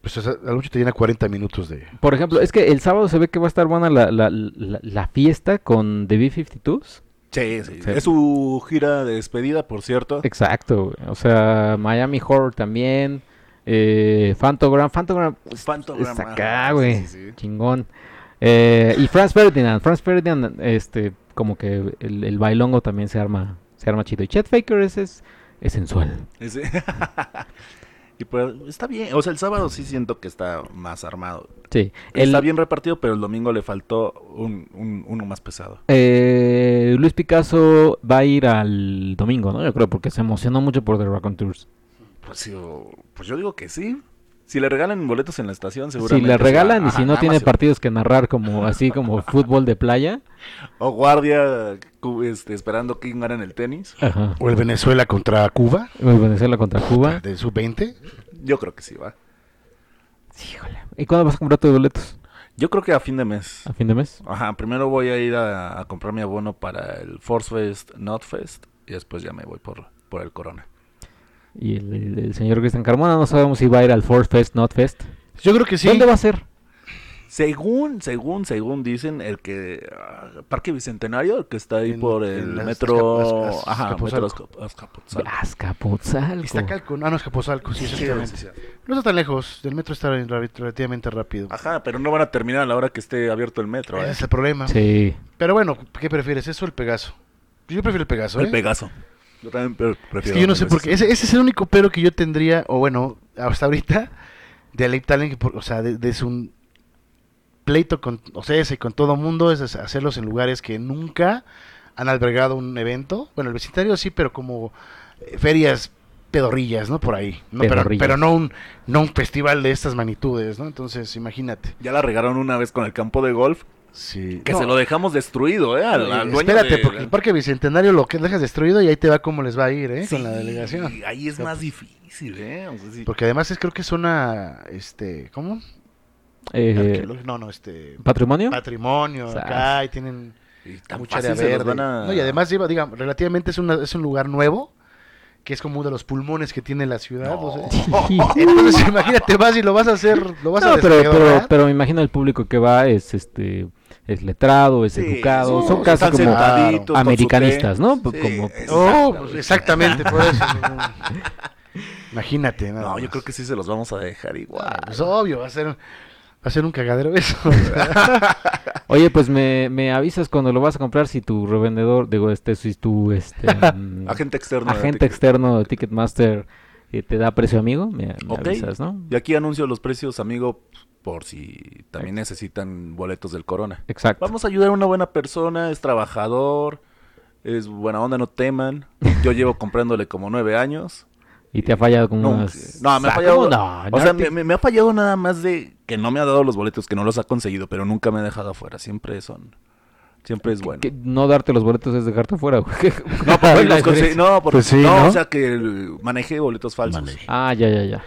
S3: Pues o sea, la lucha te llena 40 minutos de...
S1: Por ejemplo, es que el sábado se ve que va a estar buena la, la, la, la fiesta con The B-52s.
S2: Sí, sí.
S1: Sí.
S2: Es su gira de despedida, por
S1: Ah.
S2: cierto.
S1: Exacto, güey. O sea, Miami Horror también. Eh, Fantogram, Fantogram
S2: Fantogram,
S1: es acá,
S2: ajá,
S1: güey.
S2: sí, sí, sí.
S1: Chingón. Eh, y Franz Ferdinand, Franz Ferdinand, este, como que el, el bailongo también se arma, se arma chido. Y Chet Faker ese es, es sensual.
S2: Ese- y pues, está bien. O sea, el sábado sí siento que está más armado.
S1: Sí. El,
S2: Está bien repartido, pero el domingo le faltó un, un- uno más pesado.
S1: eh, Luis Picasso va a ir al domingo, ¿no? Yo creo, porque se emocionó mucho por The Rock on Tours.
S2: Pues, sí, o- pues yo digo que sí. Si le regalan boletos en la estación,
S1: Si
S2: seguramente.
S1: le
S2: se va.
S1: regalan y
S2: Ajá,
S1: si no
S2: nada
S1: tiene
S2: más se-
S1: partidos que narrar como así como fútbol de playa.
S2: O guardia cu- este, esperando quién gana en el tenis.
S1: Ajá.
S3: O el Venezuela contra Cuba,
S1: Venezuela contra Cuba.
S3: de sub-20.
S2: Yo creo que sí, va.
S1: Híjole. ¿Y cuándo vas a comprar tus boletos?
S2: Yo creo que a fin de mes.
S1: ¿A fin de mes?
S2: Ajá, primero voy a ir a, a comprar mi abono para el Force Fest, Not Fest, y después ya me voy por, por el Corona.
S1: Y el, el- el señor Cristian Carmona, no sabemos si va a ir al Force Fest, Not Fest.
S3: Yo creo que sí.
S1: ¿Dónde va a ser?
S2: Según, según, según dicen, el que. ah, Parque Bicentenario, el que está ahí
S3: En-
S2: por
S3: en
S2: el
S3: las
S2: metro.
S3: Azcapotzalco.
S2: Ajá, metro Azca- Azcapotzalco.
S1: Azcapotzalco.
S3: Iztacalco, ah, no, Escaposalco, sí,
S2: Sí,
S3: exactamente.
S2: sí, sí.
S3: No está tan lejos, del metro está rel- relativamente rápido.
S2: Ajá, pero no van a terminar a la hora que esté abierto el metro.
S3: Ese
S2: ¿eh?
S3: es el problema.
S1: Sí.
S3: Pero bueno, ¿qué prefieres, eso o el Pegaso? Yo prefiero el Pegaso, ¿eh?
S2: El Pegaso. Yo también pre-
S3: Es
S2: prefiero.
S3: que yo no
S2: mil
S3: sé por qué.
S2: veces.
S3: Ese, ese es el único pero que yo tendría, o bueno, hasta ahorita, de Alep Talent, que por- o sea, de, de su pleito con, o sea, ese con todo mundo, es hac- hacerlos en lugares que nunca han albergado un evento. Bueno, el vecindario sí, pero como eh, ferias pedorrillas, ¿no? Por ahí. ¿no? Pero,
S1: Pedorrillas.
S3: pero no, un, no un festival de estas magnitudes, ¿no? Entonces, imagínate.
S2: Ya la regaron una vez con el campo de golf,
S3: Sí.
S2: que
S3: No,
S2: se lo dejamos destruido, ¿eh? Al, al
S3: eh,
S2: dueño
S3: espérate,
S2: de-
S3: porque el Parque Bicentenario lo que dejas destruido y ahí te va cómo les va a ir, ¿eh?
S2: Sí,
S3: Con la delegación.
S2: Ahí es más difícil, ¿eh? O sea, sí.
S3: Porque además es creo que es una, este, ¿cómo?
S1: Eh,
S3: Arqueológico, no, no, este,
S1: ¿Patrimonio?
S3: patrimonio,
S1: Sas.
S3: acá y tienen
S2: Y tan
S3: mucha
S2: fácil
S3: área
S2: se los
S3: verde.
S2: van a-
S3: No, y además lleva, digamos, relativamente es, una- es un lugar nuevo, que es como uno de los pulmones que tiene la ciudad.
S2: No.
S3: o sea,
S2: oh,
S3: entonces imagínate, vas y lo vas a hacer, lo vas a
S1: No, pero, pero,
S3: despedorar.
S1: pero me imagino el público que va es este es letrado, es
S2: Sí,
S1: educado,
S2: sí,
S1: son
S2: sí,
S1: casi
S2: están
S1: como
S3: sentados,
S2: sentaditos con su
S1: americanistas,
S2: té.
S1: ¿no? Pues
S2: Sí,
S1: como-
S2: exacto,
S3: Oh,
S2: güey.
S3: pues, exactamente, por eso. no. Imagínate, nada
S2: No, yo
S3: más.
S2: creo que sí se los vamos a dejar
S3: Ah,
S2: igual.
S3: pues, obvio, va a ser, va a ser un cagadero eso.
S1: Oye, pues me, me avisas cuando lo vas a comprar si tu revendedor, digo, este, si tu este, mm,
S2: Agente externo. de
S1: agente
S2: Ticket.
S1: externo de Ticketmaster eh, te da precio amigo, me, me
S2: Ok.
S1: avisas, ¿no?
S2: Y aquí anuncio los precios, amigo, por si también necesitan boletos del Corona.
S1: Exacto.
S2: Vamos a ayudar a una buena persona, es trabajador, es buena onda, no teman. Yo llevo comprándole como nueve años.
S1: Y te ha fallado como
S2: No,
S1: unas...
S2: no, me ha
S1: Ah,
S2: fallado.
S1: ¿cómo No,
S2: o sea,
S1: No te-
S2: me, me- me ha fallado nada más de que no me ha dado los boletos, que no los ha conseguido, pero nunca me ha dejado afuera. Siempre son. Siempre es bueno.
S1: que no darte los boletos es dejarte fuera, güey.
S2: No, pues, porque los conseguí- no, porque-
S3: Pues sí,
S2: no,
S3: ¿no?
S2: o sea que el- manejé boletos falsos.
S1: Ah, ya, ya, ya.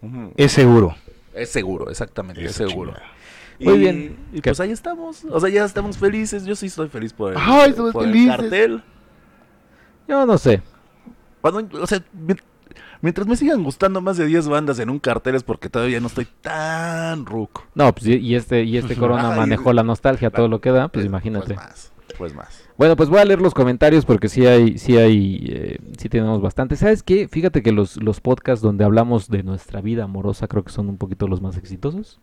S2: Ujú.
S3: es seguro.
S2: Es seguro, exactamente, es
S3: Esa
S2: seguro.
S3: chingada.
S1: Muy bien.
S2: Y
S1: ¿Qué?
S2: pues ahí estamos. O sea, ya estamos felices. Yo sí estoy feliz por el,
S3: Ay, estamos
S2: por el
S3: felices.
S2: cartel.
S1: Yo no sé.
S2: Cuando- o sea, mi- mientras me sigan gustando más de 10 bandas en un cartel es porque todavía no estoy tan ruco.
S1: No, pues y y este, y este corona
S2: Ajá, y-
S1: manejó la nostalgia, todo lo que da, pues
S2: Eh,
S1: imagínate.
S2: Pues más. Pues más.
S1: Bueno, pues voy a leer los comentarios porque sí hay, sí hay, eh, sí tenemos bastante. ¿Sabes qué? Fíjate que los, los podcasts donde hablamos de nuestra vida amorosa creo que son un poquito los más exitosos.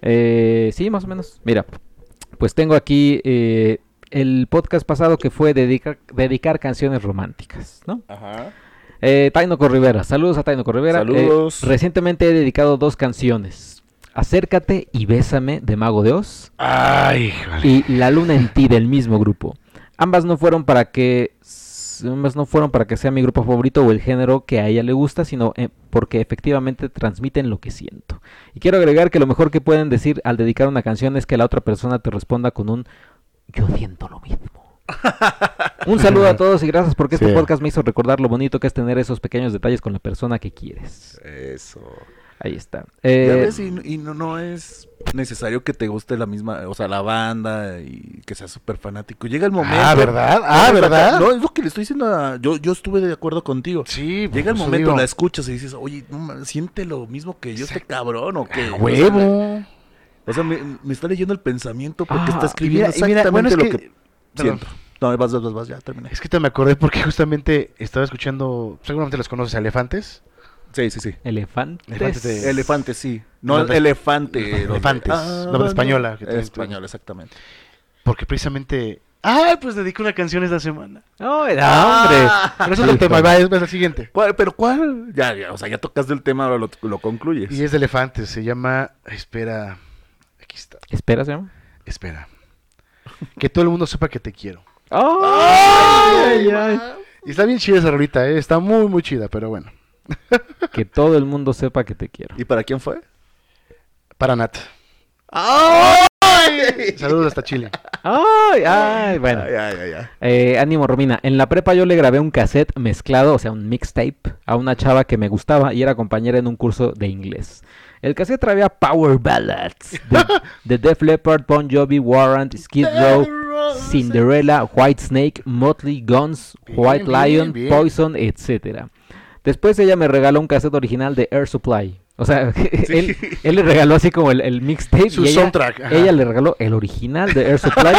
S1: Eh, sí, más o menos. Mira, pues tengo aquí eh, el podcast pasado que fue dedicar, dedicar canciones románticas, ¿no?
S2: Ajá.
S1: Eh, Taino Corrivera, saludos a Taino Corrivera. Eh,
S2: Saludos.
S1: recientemente he dedicado dos canciones. Acércate y bésame de Mago de Oz
S3: Ay, híjole.
S1: y La Luna en Ti del mismo grupo. Ambas no fueron para que ambas no fueron para que sea mi grupo favorito o el género que a ella le gusta, sino eh, porque efectivamente transmiten lo que siento. Y quiero agregar que lo mejor que pueden decir al dedicar una canción es que la otra persona te responda con un yo siento lo mismo. un saludo a todos y gracias porque este
S3: Sí.
S1: podcast me hizo recordar lo bonito que es tener esos pequeños detalles con la persona que quieres.
S2: Eso.
S1: Ahí está.
S2: ya
S1: Eh,
S2: ves, y, y no, no es necesario que te guste la misma, o sea, la banda y que seas súper fanático. Llega el momento.
S3: Ah, ¿verdad? Ah,
S2: No,
S3: ¿verdad?
S2: No, es lo que le estoy diciendo a... Yo, yo estuve de acuerdo contigo.
S3: Sí,
S2: Llega el
S3: pues,
S2: momento,
S3: digo,
S2: la escuchas y dices, oye, no mames, siente lo mismo que yo este cabrón o que...
S3: a Ah, huevo.
S2: O sea, me, me está leyendo el pensamiento porque
S1: Ah,
S2: está escribiendo
S3: y mira, y mira,
S2: exactamente
S3: bueno, es
S2: lo
S3: que-
S2: que,
S3: perdón.
S2: siento. No, vas, vas, vas, vas, ya terminé.
S3: Es que te me acordé porque justamente estaba escuchando, seguramente los conoces, elefantes.
S2: Sí, sí, sí.
S1: elefantes.
S3: Elefantes de-
S2: Elefante, sí. No,
S3: Nombre-
S2: elefante. donde-
S3: Elefantes, nombre
S2: Ah, bueno,
S3: española, que también-
S2: española, exactamente.
S3: Porque precisamente. ¡Ay! Pues dediqué una canción esta semana.
S1: No, era
S2: Ah.
S1: hombre.
S3: Pero eso es el tema, va, es, va, es el siguiente.
S2: ¿Cuál- ¿Pero cuál? Ya, ya, o sea, ya tocas del tema, ahora lo, lo concluyes.
S3: Y es de elefantes, se llama. Espera. Aquí está.
S1: Espera, se llama.
S3: Espera. Que todo el mundo sepa que te quiero.
S1: ¡Ay, ay,
S3: Y está bien chida esa rolita, ¿eh? Está muy, muy chida, pero bueno.
S1: ay! Que todo el mundo sepa que te quiero.
S2: ¿Y para quién fue?
S3: Para Nat.
S2: ¡Ay!
S3: Saludos hasta Chile.
S1: ¡Ay, ay! Bueno.
S2: Ay, ay, ay, ay.
S1: Eh, ánimo, Romina. En la prepa yo le grabé un cassette mezclado, o sea, un mixtape, a una chava que me gustaba y era compañera en un curso de inglés. El cassette traía Power Ballads de, de Def Leppard, Bon Jovi, Warrant, Skid Row, Cinderella, White Snake, Motley, Guns,
S3: Bien,
S1: White
S3: bien,
S1: Lion,
S3: bien.
S1: Poison, etc. Después ella me regaló un cassette original de Air Supply. O O sea,
S2: Sí.
S1: él, él le regaló así como el, el mixtape.
S3: Su
S1: y ella,
S3: soundtrack, ajá.
S1: ella le regaló el original de Air Supply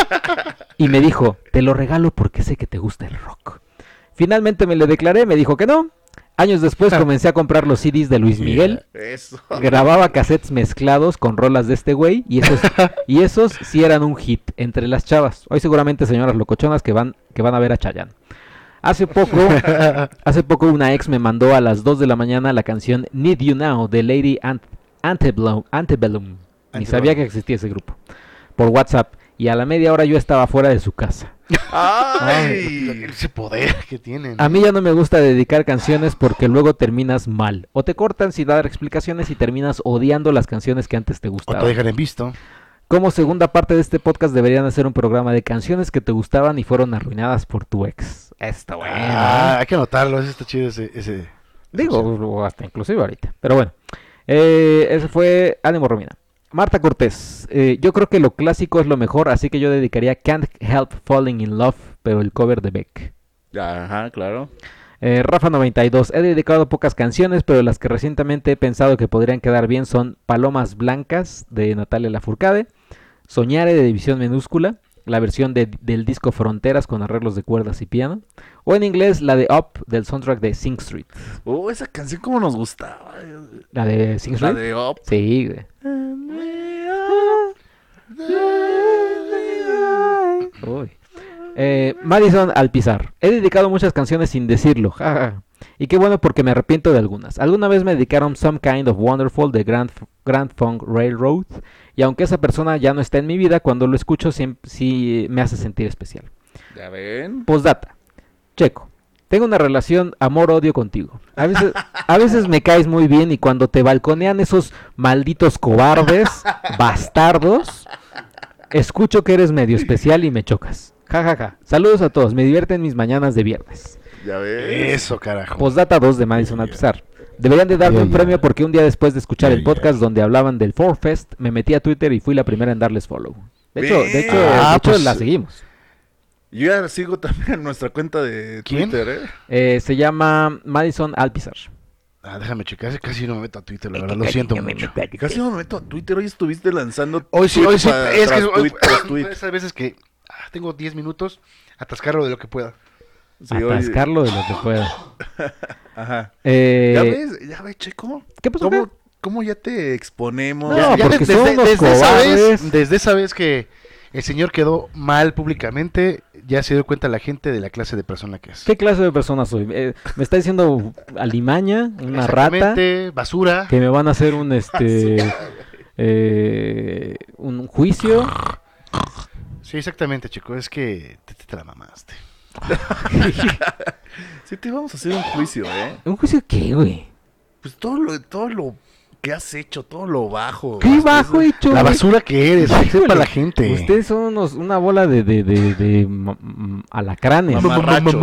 S1: y me dijo, te lo regalo porque sé que te gusta el rock. Finalmente me le declaré, me dijo que no. Años
S3: Ah.
S1: después comencé a comprar los CDs de Luis Miguel.
S2: Eso.
S1: Grababa cassettes mezclados con rolas de este güey y esos, y esos sí eran un hit entre las chavas. Hoy seguramente señoras locochonas que van, que van a ver a Chayanne. Hace poco, hace poco una ex me mandó a las 2 de la mañana la canción Need You Now de Lady Ant- Antebellum. Antebellum. Ni
S3: Antebellum.
S1: sabía que existía ese grupo. Por WhatsApp. Y a la media hora yo estaba fuera de su casa.
S2: Ay.
S3: Ese poder que tienen.
S1: A mí ya no me gusta dedicar canciones porque luego terminas mal. O te cortan sin dar explicaciones y terminas odiando las canciones que antes te
S3: O te
S1: gustaban.
S3: dejan en visto.
S1: Como segunda parte de este podcast deberían hacer un programa de canciones que te gustaban y fueron arruinadas por tu ex. Está bueno. ¿eh?
S3: Ah, hay que anotarlo, ese está chido ese... ese-
S1: Digo, o hasta inclusive ahorita. Pero bueno, eh, ese fue Ánimo Romina. Marta Cortés, eh, yo creo que lo clásico es lo mejor, así que yo dedicaría Can't Help Falling in Love, pero el cover de Beck.
S2: Ajá, claro.
S1: Eh, Rafa 92, he dedicado pocas canciones, pero las que recientemente he pensado que podrían quedar bien son Palomas Blancas de Natalia Lafourcade, Soñare de División Minúscula, la versión de- del disco Fronteras con arreglos de cuerdas y piano, o en inglés la de Up del soundtrack de Sing Street.
S2: Oh, esa canción como nos gustaba. La
S1: La de Sing Street.
S2: de Up.
S1: Sí, güey. Uy. Eh, Madison Alpizar. He dedicado muchas canciones sin decirlo. jajaja. Y qué bueno porque me arrepiento de algunas. Alguna vez me dedicaron Some Kind of Wonderful de Grand, Grand Funk Railroad. Y aunque esa persona ya no está en mi vida, cuando lo escucho siem- sí me hace sentir especial.
S2: Ya ven.
S1: Postdata. Checo. Tengo una relación amor-odio contigo. A veces, a veces me caes muy bien y cuando te balconean esos malditos cobardes, bastardos, escucho que eres medio especial y me chocas. Ja, ja, ja. Saludos a todos. Me divierten mis mañanas de viernes.
S2: Ya ven.
S3: Eso, carajo.
S1: Postdata 2 de Madison Alpizar. Deberían de darme
S3: Ya,
S1: un
S3: ya.
S1: premio porque un día después de escuchar
S3: Ya,
S1: el
S3: ya.
S1: podcast donde hablaban del Four Fest, me metí a Twitter y fui la primera en darles follow. De hecho, de hecho,
S2: Ah,
S1: de hecho,
S3: pues,
S1: la seguimos.
S2: Yo ya sigo también en nuestra cuenta de
S3: ¿Quién?
S2: Twitter, ¿eh?
S1: Eh, se llama Madison Alpizar.
S3: Ah, déjame checar, ese casi no me meto a Twitter, la verdad, lo siento mucho.
S2: Casi no me meto a Twitter. Hoy estuviste lanzando.
S3: Hoy sí,
S2: tweet
S3: hoy sí,
S2: pa-
S3: es que
S2: tras
S3: hoy- Pues,
S2: tweet tras tweet.
S3: esas veces que ah, tengo 10 minutos, atascarlo de lo que pueda.
S2: Sí, hoy-
S1: Atascarlo de lo que pueda.
S2: Ajá.
S1: Eh,
S2: ¿Ya ves? ¿Ya ves, Checo?
S1: ¿Qué
S3: pues,
S1: pasó,
S2: ¿Cómo,
S1: qué?
S2: ¿Cómo ya te exponemos?
S1: No,
S2: Ya- ya-
S1: porque son unos
S3: esa
S1: cobardes.
S3: vez, desde esa vez que el señor quedó mal públicamente, ya se dio cuenta la gente de la clase de persona que es.
S1: ¿Qué clase de persona soy? Eh, me está diciendo alimaña, una rata,
S3: Exactamente, basura.
S1: que me van a hacer un este eh, un juicio.
S3: Sí, exactamente, chico, es que te, te- te la mamaste.
S2: Sí, te vamos a hacer un juicio, ¿eh?
S1: ¿Un juicio qué, güey?
S2: Pues todo lo, todo lo que has hecho, todo lo bajo.
S1: ¿Qué
S2: Hasta
S1: bajo
S2: eso-
S1: hecho?
S3: La
S1: güey?
S3: basura que eres, que
S1: Híjole,
S3: sepa la gente.
S1: Ustedes son unos, una bola de, de, de, de ma- m- alacranes.
S2: Mamá. Mamarrachos.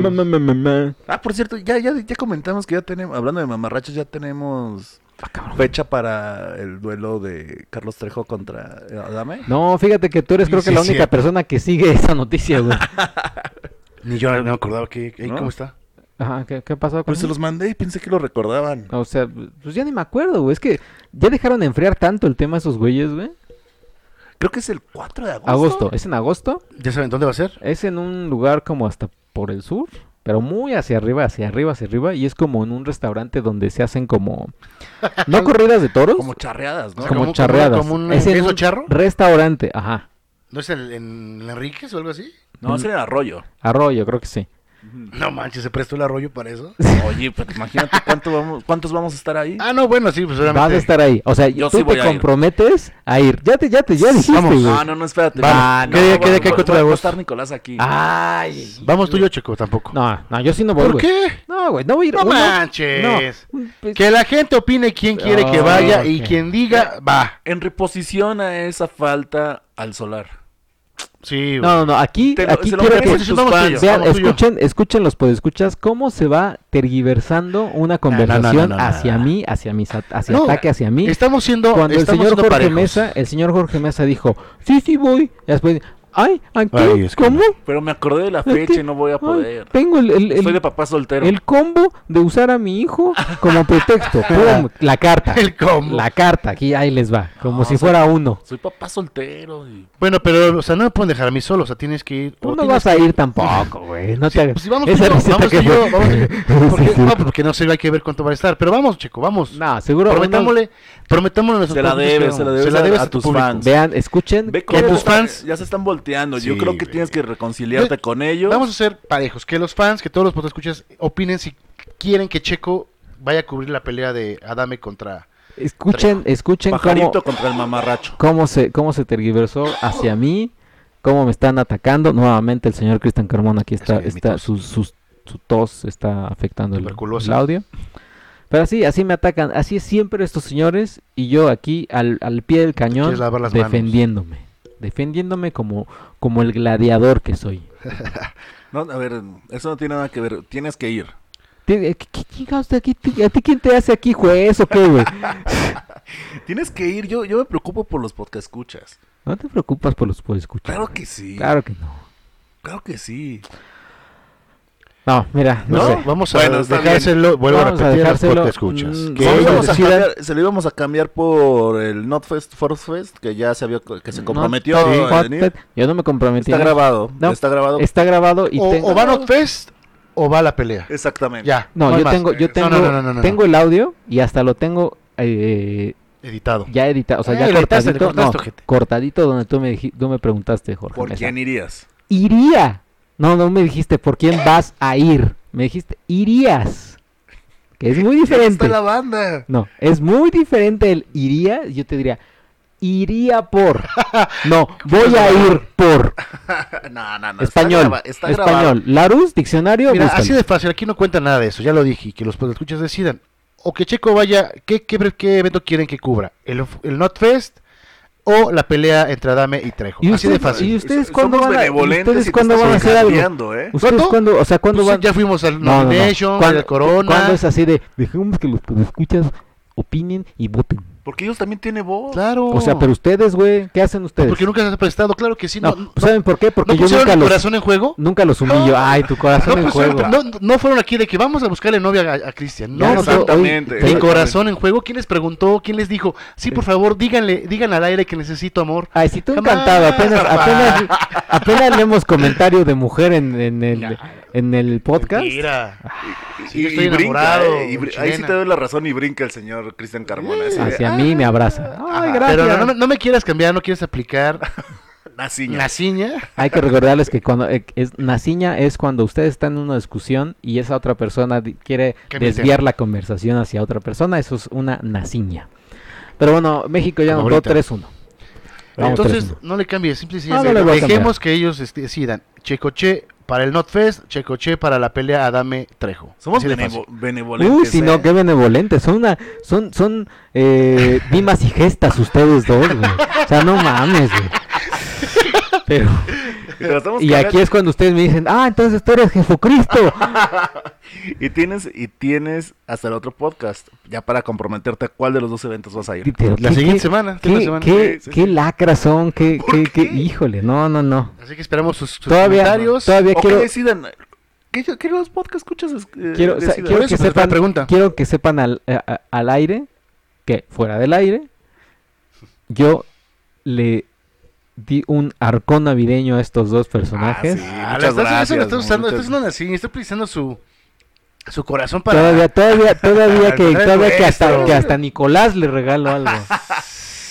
S3: Mamarracho.
S1: Ma- ma- ma- ma- ma.
S2: Ah, por cierto, ya, ya, ya comentamos que ya tenemos, hablando de mamarrachos, ya tenemos
S1: Ah, cabrón.
S2: fecha para el duelo de Carlos Trejo contra Adame.
S1: No, fíjate que tú eres
S3: Sí,
S1: creo que
S3: sí,
S1: la única
S3: cierto.
S1: persona que sigue esa noticia, güey.
S3: Ni yo no me acordaba que... ey,
S2: ¿No?
S3: ¿Cómo está?
S1: Ajá, ¿qué, qué pasó con
S2: Pues se
S1: eso?
S2: los mandé y pensé que lo recordaban.
S3: Ah.
S1: O sea, pues ya ni me acuerdo, güey. Es que ya dejaron de enfriar tanto el tema esos güeyes, güey.
S2: Creo que es el 4 de agosto.
S1: Agosto. ¿Es en agosto?
S3: ¿Ya saben dónde va a ser?
S1: Es en un lugar como hasta por el sur, pero muy hacia arriba, hacia arriba, hacia arriba. Y es como en un restaurante donde se hacen como... No corridas de toros,
S2: Como charreadas, ¿no?
S1: como
S3: como-
S1: charreadas.
S3: como un-
S1: es en
S3: ¿queso
S1: un
S3: charro?
S1: restaurante, ajá.
S3: ¿No es en, en Enríquez o algo así?
S2: No, es en el arroyo.
S1: Arroyo, creo que sí.
S3: No manches, ¿se prestó el arroyo para eso?
S2: Oye, pero imagínate cuánto vamos, cuántos vamos a estar ahí.
S3: Ah, no, bueno, sí, pues obviamente.
S1: Vas a estar ahí. O sea,
S2: Yo
S1: tú
S2: sí voy
S1: te
S2: a ir.
S1: comprometes a ir. Ya te, ya te, ya dijiste,
S3: Vamos.
S1: güey.
S2: No, no, no, espérate.
S3: Vamos.
S2: Ah, no,
S3: ¿Qué día-
S2: no,
S3: qué día
S2: bueno,
S3: cae
S2: va-
S3: 4 de
S2: va a
S3: agosto? Ah.
S2: estar Nicolás aquí.
S1: Ay.
S3: Vamos tú y yo, Checo, tampoco.
S1: No, no, yo sí no voy,
S3: ¿Por
S1: güey.
S3: qué?
S1: No, güey, no voy a ir.
S3: No
S1: Uno,
S3: manches.
S1: no. Pues-
S3: Que la gente opine quién quiere que
S1: Ah,
S3: vaya y
S1: ok.
S3: quien diga, va.
S2: En reposición a esa falta al solar.
S3: Sí, güey.
S1: No, no, no, aquí,
S2: Te lo-
S1: aquí
S2: se lo
S1: quiero
S2: merecen
S1: que
S2: tus
S3: Vamos
S2: fans.
S3: tú y yo.
S1: vean,
S3: Vamos tú y yo.
S1: escuchen, escuchen los podescuchas cómo se va tergiversando una conversación
S3: no, no, no,
S1: hacia
S3: no.
S1: mí, hacia mis at- hacia
S3: No,
S1: ataque hacia mí.
S3: Estamos siendo.
S1: Cuando el
S3: estamos
S1: señor
S3: siendo
S1: Jorge
S3: parejos.
S1: Mesa, el señor Jorge Mesa dijo, sí, sí voy, y después, Ay, ¿a qué?
S3: Ay, es que
S1: ¿Cómo?
S2: Pero me acordé de la
S1: ¿A qué?
S2: fecha y no voy a
S1: Ay,
S2: poder.
S1: tengo el, el, el-
S2: Soy de papá soltero.
S1: el combo de usar a mi hijo como pretexto. ¡Pum! La carta.
S3: El combo.
S1: La carta. Aquí ahí les va. Como
S2: No,
S1: si
S2: o sea,
S1: fuera uno.
S2: Soy papá soltero. y-
S3: Bueno, pero, o sea, no me pueden dejar a mí solo, o sea, tienes que ir.
S1: Tú
S3: o
S1: no
S3: tienes
S1: vas a ir tampoco, güey. No
S3: Sí,
S1: te hagas-
S3: pues sí, vamos
S1: Esa
S3: tú y yo,
S1: receta
S3: vamos tú
S1: que
S3: y yo,
S1: fue-
S3: vamos tú y yo.
S1: Sí,
S3: Porque-
S1: sí.
S3: No, porque no sé, hay que ver cuánto va a estar. Pero vamos, Checo, vamos.
S1: No, seguro. uno-
S3: Prometámosle, prometámosle a nuestros
S2: Se la
S3: públicos
S2: debes,
S3: que
S2: se la
S3: vamos.
S2: debes a-
S3: debes
S2: a
S3: tu
S2: tus
S3: público.
S2: fans.
S1: Vean, escuchen.
S2: Ve
S3: Que
S2: cómo
S3: tus fans-
S2: Ya se están volteando. Yo
S3: Sí,
S2: creo que
S3: güey.
S2: tienes que reconciliarte
S3: Ve-
S2: con ellos.
S3: Vamos a ser parejos, que los fans, que todos los escuchas opinen si quieren que Checo vaya a cubrir la pelea de Adame contra...
S1: Escuchen, escuchen cómo,
S2: Pajarito contra el mamarracho.
S1: cómo se, cómo se tergiversó hacia mí, cómo me están atacando. Nuevamente el señor Cristian Carmona aquí está,
S3: Es que mi
S1: está
S3: tos.
S1: su, sus- su tos está afectando el,
S3: Tuberculosis.
S1: el audio. Pero así, así me atacan, así es siempre estos señores y yo aquí al, al pie del cañón
S3: quieres lavar las manos.
S1: defendiéndome, defendiéndome como, como el gladiador que soy.
S2: No, a ver, eso no tiene nada que ver. Tienes que ir.
S1: ¿Qué, qué chingados de aquí? ¿A ti quién te hace aquí juez o qué, güey?
S2: Tienes que ir. Yo, yo me preocupo por los podcast escuchas.
S1: No te preocupas por los puedes escuchar.
S2: Claro que sí.
S1: Claro
S2: Claro,
S1: que no.
S2: que sí.
S1: No, mira, no,
S2: No,
S1: sé.
S3: Vamos a
S2: Bueno, está bien.
S3: dejárselo, vuelvo
S1: Vamos a
S3: a repetir a los
S1: dejárselo,
S3: podescuchas.
S1: mm,
S3: Que
S2: Se lo
S1: ellos
S2: íbamos a
S1: decidan-
S2: cambiar- se lo íbamos a cambiar por el Not Fest, Force Fest, que ya se había, que se
S1: No,
S2: comprometió.
S1: sí.
S2: a venir.
S1: Hotpet, Yo no me comprometí.
S2: Está
S1: ¿no?
S2: grabado.
S1: No.
S2: Está grabado.
S1: Está grabado y
S3: o,
S1: tengo.
S3: o va Not Fest o va la pelea.
S2: Exactamente.
S3: Ya.
S1: No,
S3: hay
S1: yo
S3: más.
S1: tengo, yo
S3: No,
S1: tengo,
S3: no, no, no, no, no.
S1: tengo el audio y hasta lo tengo eh,
S3: editado.
S1: ya editado, o sea,
S3: Eh,
S1: ya
S3: le editaste, le
S1: cortadito, no,
S3: cortaste, ojete.
S1: cortadito donde tú me dij- tú me preguntaste, Jorge.
S2: ¿Por
S1: Mesa.
S2: quién irías?
S1: Iría. No, no me dijiste por quién vas a ir. Me dijiste irías. Que es muy diferente.
S3: Está la banda.
S1: No, es muy diferente el iría, yo te diría iría por. No, voy a ir por.
S2: no, no, no. está
S1: Español.
S2: graba- está grabado.
S1: español. Larus, diccionario.
S3: Mira,
S1: búscalo.
S3: así de fácil, aquí no cuenta nada de eso, ya lo dije, y que los podescuchas decidan. O que Checo vaya, ¿qué, qué, qué evento quieren que cubra? ¿El, el Not Fest o la pelea entre Adame y Trejo?
S1: ¿Y
S3: Así de
S1: ustedes-
S3: fácil.
S1: y ustedes
S2: Somos
S1: cuándo van a-
S2: benevolentes
S1: ustedes
S2: y te
S1: cuándo
S2: estás
S1: van a hacer algo?
S2: cambiando, ¿eh?
S1: ¿Ustedes
S3: ¿Cuándo?
S1: cuándo? O sea, ¿cuándo
S3: Pues
S1: van?
S3: Ya fuimos al
S1: No, no, no.
S3: Nomination,
S1: ¿Cuándo-
S3: al Corona.
S1: ¿Cuándo es así de dejemos que los escuchas opinen y voten?
S2: Porque ellos también tienen voz.
S3: Claro.
S1: O sea, pero ustedes, güey, ¿qué hacen ustedes?
S3: Porque nunca se ha prestado, claro que sí.
S1: no,
S3: No, no,
S1: ¿saben por qué? Porque
S3: ¿no
S1: yo
S3: pusieron
S1: nunca
S3: el
S1: los
S3: corazón en juego.
S1: nunca los humillo.
S3: No.
S1: Ay, tu
S3: No,
S1: corazón en
S3: pusieron-
S1: juego.
S3: no- no fueron aquí de que vamos a buscarle novia a, a Cristian. No,
S1: Ya
S3: no,
S1: sé, hoy-
S2: exactamente.
S1: te-
S3: mi corazón en juego. ¿Quién les preguntó? ¿Quién les dijo? Sí, por favor, díganle, digan al aire que necesito amor.
S1: Ay, si tú
S3: Jamás,
S1: encantado, apenas,
S3: jamás.
S1: apenas, apenas leemos comentario de mujer en, en el, en el podcast.
S3: Mira. Ah, Sí, yo
S2: Y-
S3: estoy
S2: y brinca,
S3: enamorado,
S2: eh, y br- ahí sí
S3: chilena.
S2: te doy la razón y brinca el señor Cristian Carmona. así de,
S1: Hacia mí me abraza. Ay,
S3: Ah. Ajá,
S1: gracias.
S3: Pero no, no me- no me quieras cambiar, no quieres aplicar
S2: "Ah, la ciña".
S3: la ciña.
S1: Hay que recordarles que cuando eh, es, naciña es cuando ustedes están en una discusión y esa otra persona di- quiere
S3: Que me
S1: desviar la conversación hacia otra persona. Eso es una naciña. Pero bueno, México ya
S3: Como
S1: anotó
S3: ahorita.
S1: 3-1. Vamos
S3: Entonces,
S1: 3-1.
S3: Ah, no le cambies, simple y
S1: No, no le
S3: sencillamente,
S1: voy a
S3: Dejemos que ellos este, decidan. Checoche para el NotFest, Checoche para la pelea Adame Trejo.
S2: Somos
S3: Así de fácil.
S2: benevo- benevolentes.
S1: Uy, si
S2: ¿eh?
S1: Uh, no, qué benevolentes. Son una, son, son eh, dimas y gestas ustedes dos, güey. O sea, no mames, güey. Pero,
S2: Y, te la estamos
S1: y
S2: cagando.
S1: aquí es cuando ustedes me dicen, ah, entonces tú eres Jesucristo.
S2: Y tienes, y tienes hasta el otro podcast, ya para comprometerte a cuál de los dos eventos vas a ir.
S1: Pero
S3: La
S1: qué-
S3: siguiente
S1: qué-
S3: semana.
S1: Qué,
S3: la semana.
S1: qué,
S2: Sí, sí,
S1: qué lacras son, qué,
S2: ¿Por
S1: qué, qué-
S2: qué?
S1: híjole, no, no, no.
S3: Así que esperamos sus, sus
S1: Todavía,
S3: comentarios.
S1: todavía
S2: O
S1: quiero,
S2: que decidan. ¿Qué, qué los podcasts escuchas? Es- eh,
S1: quiero, o sea,
S2: decidan.
S1: quiero
S3: Por eso,
S1: que
S3: pues, la
S1: sepan,
S3: pregunta.
S1: quiero que sepan al, a- a- al aire, que fuera del aire, yo le di un arcón navideño a estos dos personajes.
S2: sí.
S3: Ah,
S2: Muchas
S3: la estás- Eso
S2: gracias,
S3: lo estás usando,
S2: muchas-
S3: estás usando así, está utilizando su, su corazón para...
S1: Todavía, todavía, todavía
S3: Para
S1: que,
S3: encontrar el
S1: todavía que hasta,
S3: nuestro.
S1: que hasta Nicolás le regalo algo.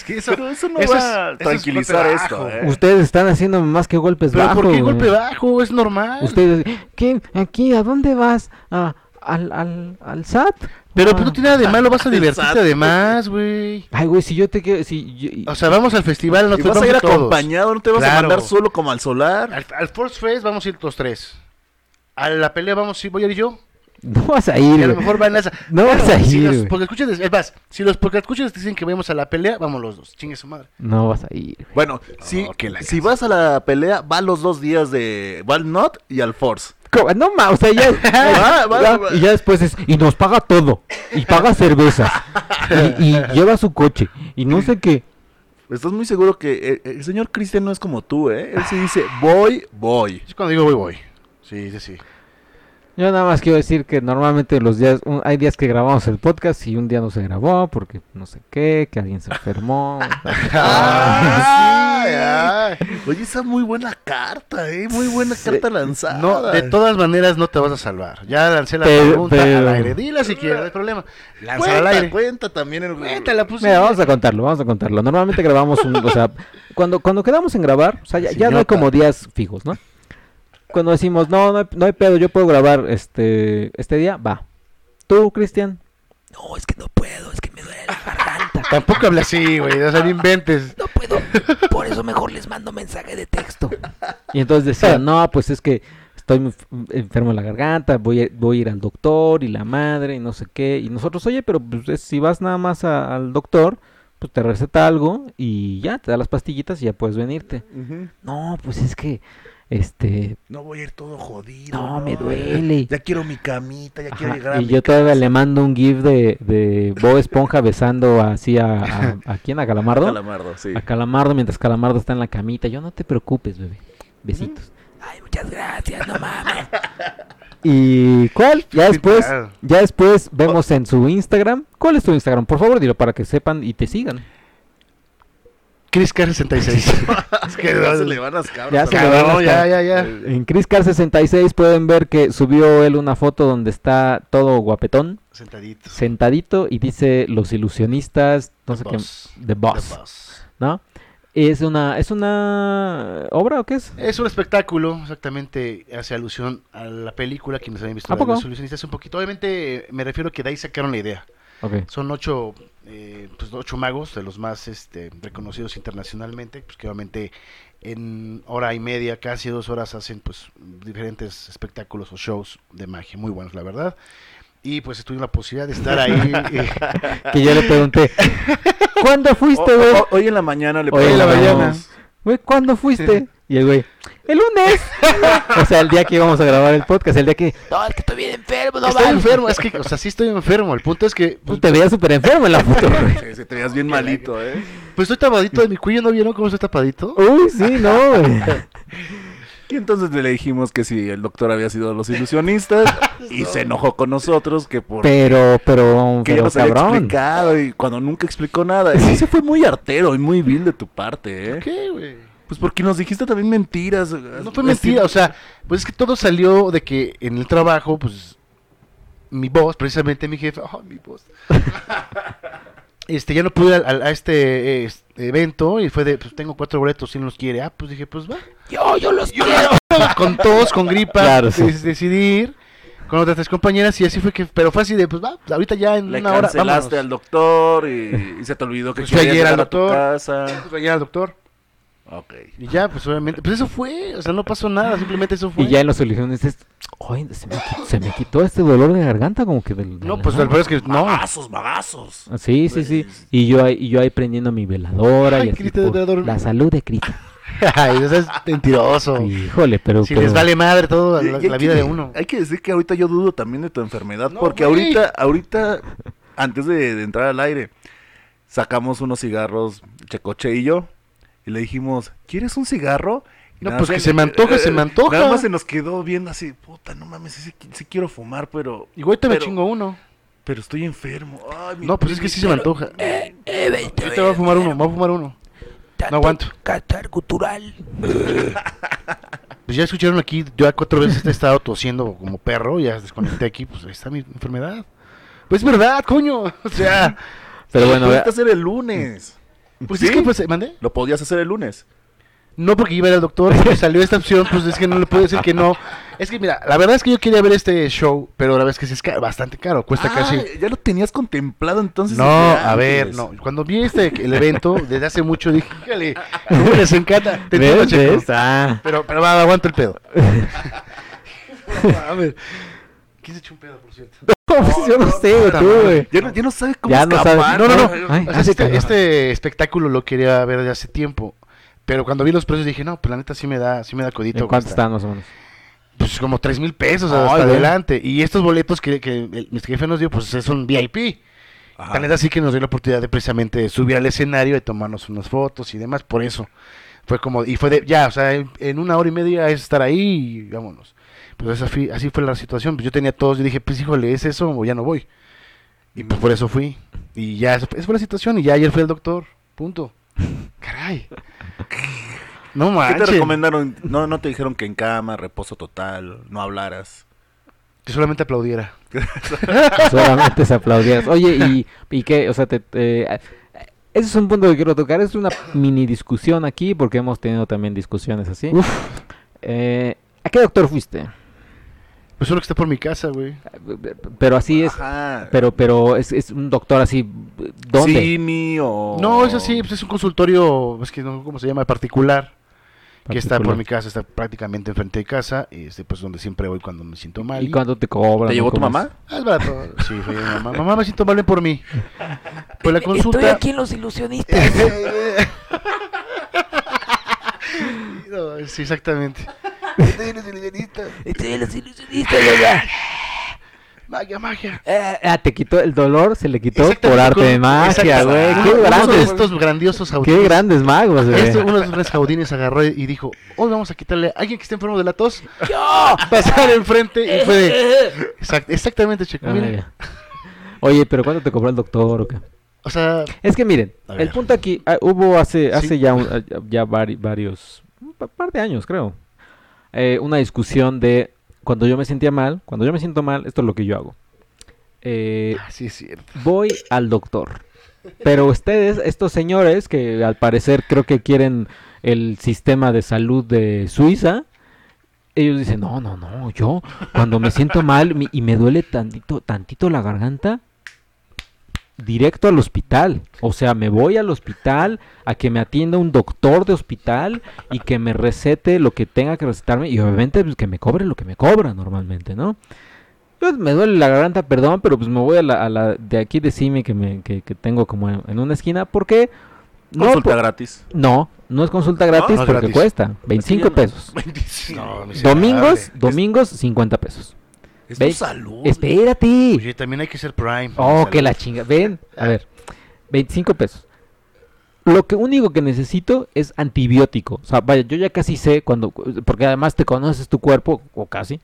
S3: Que eso,
S2: Pero eso no
S3: eso
S2: va
S3: es-
S2: a
S3: eso es
S2: tranquilizar
S3: golpe
S2: esto.
S3: bajo.
S2: ¿eh?
S1: Ustedes están haciendo más que golpes
S3: Pero
S1: bajos.
S3: ¿por qué golpe
S1: güey.
S3: bajo? Es normal.
S1: Ustedes, ¿qué? ¿Aquí? ¿A dónde vas? ¿A- al, al, al SAT?
S3: Pero
S1: Ah.
S3: pues, no tiene nada de malo, vas a divertirte
S2: Exacto.
S3: además, güey.
S1: Ay, güey, si yo te quiero. Si yo-
S3: O sea, vamos al festival, nos
S2: Y vas a ir
S3: vamos todos.
S2: acompañado, no te vas a
S3: Claro.
S2: mandar solo como al solar.
S3: Al, al Force Fest vamos a ir los tres. A la pelea vamos, sí, voy a ir yo.
S1: no vas a
S3: Y
S1: ir.
S3: a lo
S1: güey.
S3: mejor van las...
S1: No vas a
S3: Si
S1: ir,
S3: los
S1: güey.
S3: podcastuchas- es más, si los escuchas dicen que vayamos a la pelea, vamos los dos. Chingue su madre.
S1: No vas a ir.
S2: Bueno, si,
S3: que la
S2: si vas a la pelea, va los dos días de. Va al Not y al Force.
S1: ¿Cómo? No ma, o sea, ya,
S2: Va, va,
S1: ya-
S2: va.
S1: Y ya después es. Y nos paga todo. Y paga cerveza. Y, y lleva su coche. Y no sé qué.
S2: Estás muy seguro que eh, el, señor Cristian no es como tú, ¿eh? Él sí dice, voy, voy.
S3: Es cuando digo voy, voy. Sí, sí, sí.
S1: Yo nada más quiero decir que normalmente los días, un- hay días que grabamos el podcast y un día no se grabó porque no sé qué, que alguien se enfermó. bla, bla, bla.
S2: Ah, Oye, esa muy buena carta, ¿eh? Muy buena carta lanzada.
S3: No, de todas maneras no te vas a salvar. Ya lancé la
S1: Pero-
S3: pregunta al
S1: pero-
S3: aire. Dila si quieres, no hay problema. Lánzala al
S2: Cuenta,
S3: aire.
S2: cuenta también el
S3: Cuéntala, pues.
S1: Mira, vamos a contarlo, vamos a contarlo. Normalmente grabamos un, o sea, cuando, cuando quedamos en grabar, o sea, ya, ya no hay
S3: Señota.
S1: como días fijos, ¿no? Cuando decimos, no, no hay, no hay pedo, yo puedo grabar este, este día, va. Tú, Cristian. No, es que no puedo, es que me duele la garganta.
S3: Tampoco habla así, güey. O sea, no inventes.
S1: No puedo, por eso mejor les mando mensaje de texto. Y entonces decía, no, pues es que estoy muy f- enfermo de la garganta, voy a, voy a ir al doctor y la madre y no sé qué. Y nosotros, oye, pero pues, es- si vas nada más a- al doctor, pues te receta algo y ya, te da las pastillitas y ya puedes venirte. No, pues es que, este,
S2: No voy a ir todo jodido.
S1: no, me duele.
S2: Ya quiero mi camita, ya quiero
S1: Ajá,
S2: llegar a
S1: y
S2: mi
S1: yo todavía
S2: casa.
S1: le mando un gif de, de Bob Esponja besando así a, a, a quién, a Calamardo.
S2: Calamardo, sí.
S1: a Calamardo mientras Calamardo está en la camita. Yo no te preocupes, bebé. Besitos. Ay, muchas gracias, no mames. ¿Y cuál? Ya después,
S3: claro.
S1: ya después vemos en su Instagram. ¿Cuál es tu Instagram? Por favor, dilo para que sepan y te sigan.
S3: ChrisCar66. es que
S2: Ya se le van las cabras.
S1: Ya
S2: Ya
S1: se le van las
S3: Cabrón, ya,
S1: cab-
S3: ya, ya.
S1: En ChrisCar66 pueden ver que subió él una foto donde está todo guapetón,
S3: Sentaditos.
S1: sentadito y dice los ilusionistas, no sé qué,
S3: Boss.
S1: The Boss,
S3: The Boss.
S1: ¿no? Es una, es una obra o qué es?
S3: Es un espectáculo, exactamente, hace alusión a la película que me habían visto
S1: ¿A poco?
S3: los ilusionistas un poquito. Obviamente, eh, me refiero que de ahí sacaron la idea.
S1: Ok.
S3: Son ocho, eh, pues, ocho magos, de los más este, reconocidos internacionalmente, pues, que obviamente en hora y media, casi dos horas, hacen pues diferentes espectáculos o shows de magia, muy buenos, la verdad. Y pues tuve la posibilidad de estar ahí. eh,
S1: Que yo le pregunté, ¿cuándo
S3: Oh,
S1: fuiste, güey?
S2: Hoy en la mañana le
S1: Hoy en la
S2: preguntamos.
S1: Güey, ¿cuándo fuiste? Y el güey, el lunes. o sea, el día que íbamos a grabar el podcast, el día que. No, es que estoy bien enfermo, no
S3: estoy
S1: mames".
S3: enfermo, es que, o sea, sí estoy enfermo. El punto es que
S1: Tú
S3: pues,
S1: te veías súper enfermo en la foto, güey.
S2: Sí, sí, te veías bien malito, ¿eh?
S3: pues, estoy tapadito de mi cuello, ¿no vieron cómo estoy tapadito?
S1: Uy, sí, no, güey.
S2: Y entonces le dijimos que si el doctor había sido de los ilusionistas y se enojó con nosotros que por
S1: Pero, pero,
S2: que ya
S1: pero,
S2: nos había
S1: cabrón.
S2: explicado y cuando nunca explicó nada. Y se fue muy artero y muy vil de tu parte, ¿eh?
S3: ¿Qué, güey?
S2: Pues porque nos dijiste también mentiras. eh,
S3: No fue mentira, o sea, pues es que todo salió de que en el trabajo, pues, mi voz, precisamente mi jefe, oh, mi voz, este, ya no pude ir al- al- a, este, eh, este evento y fue de, pues, tengo cuatro boletos, si los quiere, ah, pues dije, pues va.
S2: yo, yo los
S3: Con tos, con gripa,
S1: Claro, sí.
S3: des- decidí ir con otras tres compañeras y así fue que, pero fue así de, pues va, pues, ahorita ya en
S2: Le
S3: una hora, vámonos.
S2: cancelaste al doctor y, y se te olvidó que
S3: Pues fui
S2: querías
S3: ayer al
S2: llegar a tu
S3: doctor.
S2: casa.
S3: Pues, allá al doctor.
S2: Ok.
S3: Y ya, pues obviamente, pues eso fue, o sea, no pasó nada, simplemente eso fue.
S1: Y ya en los ilusiones dices, "Ay, se me, qui- se me quitó este dolor de garganta, como que del. de
S3: No,
S1: la
S3: pues
S1: nada".
S3: el peor es que no.
S2: Magazos, magazos.
S1: Ah, Sí, sí, sí. Y yo ahí, y yo ahí prendiendo mi veladora
S3: Ay,
S1: y así
S3: Cristo,
S1: por
S3: te adoro.
S1: la salud de Cristo.
S3: Ay, eso es mentiroso.
S1: Híjole, pero.
S3: Si
S1: pero-
S3: les vale madre todo la,
S2: Y- y hay
S3: la vida
S2: que-
S3: de uno.
S2: Hay que decir que ahorita yo dudo también de tu enfermedad,
S3: No,
S2: porque
S3: güey.
S2: ahorita, ahorita, antes de, de entrar al aire, sacamos unos cigarros, Checoche y yo, y le dijimos, ¿quieres un cigarro? Y
S3: No,
S2: nada
S3: pues
S2: más-
S3: que
S2: eh,
S3: se me antoja, se me antoja.
S2: Nada más se nos quedó viendo así, puta, no mames, sí, sí quiero fumar, pero,
S3: Igual te me
S2: pero-
S3: chingo uno.
S2: pero estoy enfermo. Ay, mi-
S3: No, pues
S2: mi-
S3: es que
S2: mi-
S3: sí se me antoja. eh, Ahorita voy a fumar uno, voy a fumar uno. No aguanto.
S1: Catar cultural.
S3: Pues ya escucharon aquí, yo ya cuatro veces he estado tosiendo como perro, ya desconecté aquí, pues ahí está mi enfermedad. Pues es verdad, coño. O sea,
S1: Pero
S2: Lo
S1: bueno,
S2: podías
S1: vea-
S2: hacer el lunes.
S3: pues
S2: ¿Sí?
S3: es que pues mandé.
S2: Lo podías hacer el lunes.
S3: No porque iba a ir al doctor, pues, salió esta opción, pues es que no le puedo decir que no. Es que mira, la verdad es que yo quería ver este show, pero la verdad es que sí es ca- bastante caro,
S1: Pues
S3: cuesta
S2: Ah,
S3: casi
S2: Ya lo tenías contemplado entonces.
S3: No,
S2: desde
S3: a ver,
S2: antes.
S3: no. Cuando vi este el evento desde hace mucho dije, híjale, cómo les encanta. Te entiendo,
S1: ¿Ves?
S3: Checo.
S1: ¿Ves? Ah.
S3: Pero, pero va, aguanto el pedo. a ver. ¿Quién se echó un pedo, por cierto?
S1: Yo no sé, güey,
S3: puta
S1: tú,
S3: madre.
S1: güey.
S2: Ya no, ya no sabes cómo
S1: Ya no sabes.
S2: escapar.
S1: No, no, no. Ay,
S3: O sea,
S1: hace calor.
S3: este, este espectáculo lo quería ver de hace tiempo. Pero cuando vi los precios dije, no, pues la neta sí me da, sí me da codito.
S1: ¿En cuánto
S3: cuesta.
S1: están más o menos?
S3: Pues como tres mil pesos
S1: Ay,
S3: hasta
S1: güey.
S3: adelante. Y estos boletos que, que el- mi jefe nos dio, pues son VIP.
S2: Ajá.
S3: Tan es así que nos dio la oportunidad de precisamente subir al escenario, de tomarnos unas fotos y demás, por eso. Fue como, y fue de, ya, o sea, en, en una hora y media es estar ahí y vámonos. Pues esa fi- así fue la situación, pues yo tenía todos, yo dije, pues híjole, ¿es eso o ya no voy? Y pues por eso fui. Y ya, esa fue, esa fue la situación, y ya ayer fui al doctor, punto. Caray. No
S2: ¿Qué te
S3: manches.
S2: recomendaron? No, no te dijeron que en cama, reposo total, no hablaras.
S3: Que solamente aplaudiera.
S1: Solamente se aplaudías. Oye, ¿y, y qué? O sea, te, te- eh, ese es un punto que quiero tocar. Es una mini discusión aquí porque hemos tenido también discusiones así. Eh, ¿A qué doctor fuiste?
S3: Pues solo que está por mi casa, güey.
S1: Pero así es.
S2: Ajá.
S1: Pero, pero es, es un doctor así. ¿Dónde?
S2: Simi o...
S3: No, es así, pues es un consultorio, es que no, ¿cómo se llama? Particular, que está por
S1: Particular.
S3: mi casa, está prácticamente enfrente de casa, y este, pues donde siempre voy cuando me siento mal.
S1: ¿Y cuánto te cobran?
S2: ¿Te llevó tu
S1: ¿Cómo es?
S2: mamá?
S3: Ah, es barato. Sí, fue mi mamá. Mamá, me siento mal, ven por mí. Pues la consulta...
S4: Estoy aquí en Los Ilusionistas.
S3: No, sí, exactamente.
S4: Estoy en Los Ilusionistas, allá.
S3: Magia, magia.
S1: Eh, ah, te quitó el dolor, se le quitó por
S3: Exactamente,
S1: arte
S3: con-
S1: de magia,
S3: exacto.
S1: güey.
S3: Ah,
S1: Qué
S3: Uno de
S1: grandes,
S3: estos grandiosos
S1: qué
S3: jaudines.
S1: grandes magos, güey.
S3: Esto, Este, uno de esos grandes jaudines agarró y dijo, hoy vamos a quitarle a alguien que esté enfermo de la tos.
S4: ¡Yo!
S3: Pasar enfrente y fue de... Exact- exactamente, Checo.
S1: Ah,
S3: mira.
S1: ya. Oye, pero ¿cuánto te cobró el doctor o qué?
S3: O sea,
S1: Es que miren,
S3: A
S1: el
S3: ver.
S1: punto aquí ah, hubo hace hace
S3: Sí.
S1: ya un- ah, ya- ya vari- varios un pa- par de años, creo. eh, una discusión de cuando yo me sentía mal, cuando yo me siento mal, esto es lo que yo hago. Eh,
S3: ah, sí es cierto.
S1: voy al doctor. Pero ustedes, estos señores que al parecer creo que quieren el sistema de salud de Suiza, ellos dicen, no, no, no, yo cuando me siento mal mi- y me duele tantito, tantito la garganta, directo al hospital. O sea, me voy al hospital a que me atienda un doctor de hospital y que me recete lo que tenga que recetarme y obviamente pues, que me cobre lo que me cobra normalmente, ¿no? Pues, me duele la garganta, perdón, pero pues me voy a la, a la de aquí de Simi que, me, que, que tengo como en, en una esquina porque... No,
S2: Consulta
S1: po-
S2: gratis.
S1: no, no es consulta gratis
S3: No es
S1: porque
S3: gratis.
S1: cuesta 25 pesos.
S2: 25.
S3: No, mis- miserable.
S1: Domingos, domingos 50 pesos.
S2: es
S1: ve-
S2: tu salud.
S1: Espérate.
S3: Oye, también hay que ser Prime.
S1: Oh, que
S3: Salud.
S1: la chinga. Ven, a ver. 25 pesos. Lo que único que necesito es antibiótico. O sea, vaya, yo ya casi sé cuando. Porque además te conoces tu cuerpo, o casi.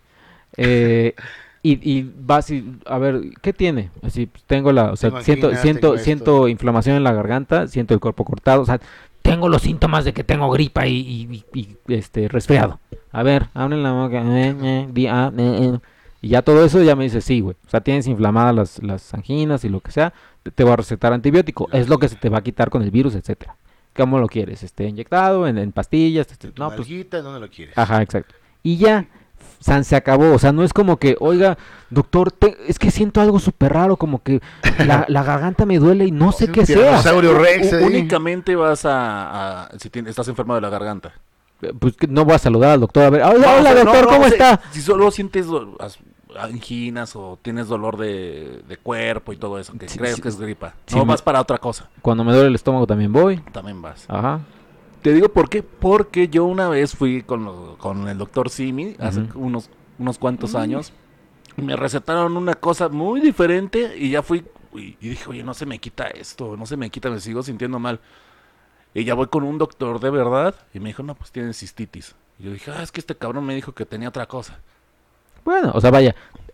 S1: eh, y, y vas y. A ver, ¿qué tiene? Así, pues, tengo la. O sea,
S3: Tengo
S1: siento,
S3: anginas,
S1: siento,
S3: tengo esto.
S1: siento inflamación en la garganta, siento el cuerpo cortado. O sea,
S4: Tengo los síntomas de que tengo gripa y...
S1: y, y, y, este resfriado. A ver, abren la boca. eh, eh, di, ah, eh, eh. Y ya todo eso ya me dice, sí, güey. O sea, tienes inflamadas las, las anginas y lo que sea. Te, te va a recetar antibiótico. Es lo que se te va a quitar con el virus, etcétera. ¿Cómo lo quieres? Este, inyectado, en, en pastillas. este,
S3: Tu
S1: no, pues.
S3: nalguita, ¿dónde lo quieres?
S1: Ajá, exacto. Y ya, San se acabó. O sea, no es como que, oiga, doctor, te- es que siento algo súper raro, como que la, la garganta me duele y no sé
S3: Sí,
S1: qué
S3: un
S1: sea.
S3: Tiranosaurio Rex.
S2: U-
S3: ahí.
S2: únicamente vas a, a- si tienes- estás enfermo de la garganta.
S1: Eh, Pues que no voy a saludar al doctor. A ver, hola,
S2: No, o
S1: hola,
S2: sea, no,
S1: doctor,
S2: no,
S1: ¿cómo
S2: o sea,
S1: está?
S2: Si solo sientes do- as- anginas o tienes dolor de, de cuerpo y todo eso, que
S1: Sí,
S2: crees
S1: sí.
S2: que es gripa.
S1: Sí,
S2: no
S1: me-
S2: vas para otra cosa.
S1: Cuando me duele el estómago también voy.
S2: También vas.
S1: Ajá.
S2: Te digo por qué. Porque yo una vez fui con, lo- con el doctor Simi hace
S1: Ujú. Mm.
S2: unos, unos cuantos años. Me recetaron una cosa muy diferente y ya fui y, y dije, oye, no se me quita esto, no se me quita, me sigo sintiendo mal. Y ya voy con un doctor de verdad y me dijo, no, pues tienes cistitis. Y yo dije, ah, es que este cabrón me dijo que tenía otra cosa.
S1: Bueno, o sea, vaya,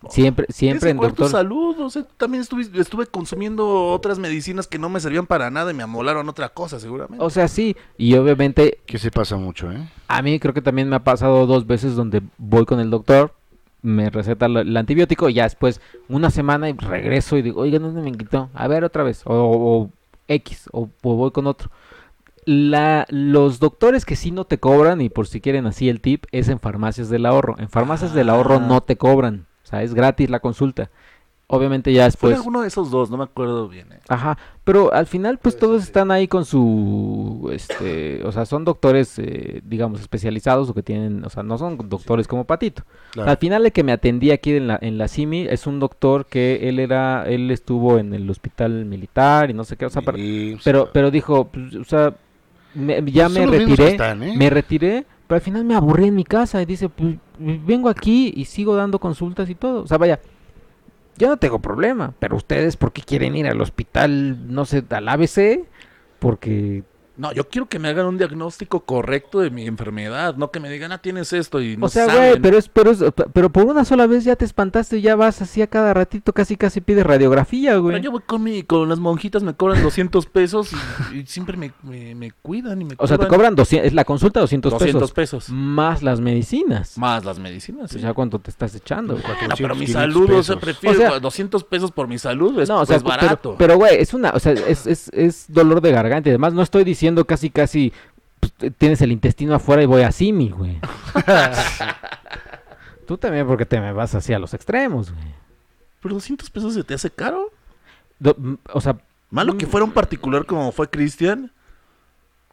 S1: siempre, siempre
S2: Ese
S1: en
S2: cuarto
S1: doctor.
S2: salud, o sea, tú también estuvi- estuve consumiendo otras medicinas que no me servían para nada y me amolaron otra cosa, seguramente.
S1: O sea, sí, y obviamente
S3: Que se pasa mucho, ¿eh?
S1: a mí creo que también me ha pasado dos veces donde voy con el doctor, me receta lo- el antibiótico y ya después una semana y regreso y digo, oiga, ¿dónde me quitó? A ver otra vez, o, o X, o, o voy con otro. La, los doctores que sí no te cobran, y por si quieren así el tip, es en farmacias del ahorro. En farmacias del ahorro
S2: Ah.
S1: no te cobran, o sea, es gratis la consulta. Obviamente ya
S2: Fue
S1: después...
S2: alguno de esos dos, no me acuerdo bien. ¿eh?
S1: Ajá, pero al final pues todos están ahí con su, este, o sea, son doctores, eh, digamos, especializados o que tienen, o sea, no son doctores como Patito.
S3: Claro.
S1: Al final el que me atendía aquí en la, en la CIMI es un doctor que él era, él estuvo en el hospital militar y no sé qué, o sea, pero,
S3: Sí,
S1: pero,
S3: sí.
S1: pero dijo, pues, o sea, me- ya
S3: Pues Son
S1: me
S3: los mismos que
S1: retiré,
S3: están, ¿eh?
S1: me retiré, pero al final me aburrí en mi casa y dice, pues vengo aquí y sigo dando consultas y todo. O sea, vaya, Yo no tengo problema, pero ustedes, ¿por qué quieren ir al hospital, no sé, al ABC? Porque
S2: No, yo quiero que me hagan un diagnóstico correcto de mi enfermedad, no que me digan, ah, tienes esto y no
S1: o sea,
S2: saben.
S1: güey, pero es, pero es- pero por una sola vez ya te espantaste y ya vas así a cada ratito, casi casi pides radiografía,
S2: Pero
S1: güey.
S2: yo voy con, mi, con las monjitas, me cobran 200 pesos y, y siempre me, me- me cuidan y me
S1: O sea, te cobran 200, es la consulta 200,
S2: 200
S1: pesos,
S2: pesos.
S1: más las medicinas.
S2: Más las medicinas. sí.
S1: O sea, ¿cuánto te estás echando? güey?
S2: Bueno, pero
S3: 400,
S2: mi
S3: 500
S2: salud, o sea,
S3: pesos.
S2: prefiero
S1: O sea-
S2: 200 pesos por mi salud, es,
S1: no, o sea, pues,
S2: es
S1: pero-
S2: barato.
S1: Pero, güey, es una, o sea, es, es, es dolor de garganta. Y además, no estoy diciendo casi, casi, pues, t- tienes el intestino afuera y voy a simi, güey. Tú también, porque te me vas así a los extremos, güey.
S2: ¿Pero 200 pesos se te hace caro?
S1: Do- m- O sea,
S2: Malo
S1: Mm.
S2: que fuera un particular como fue Cristian.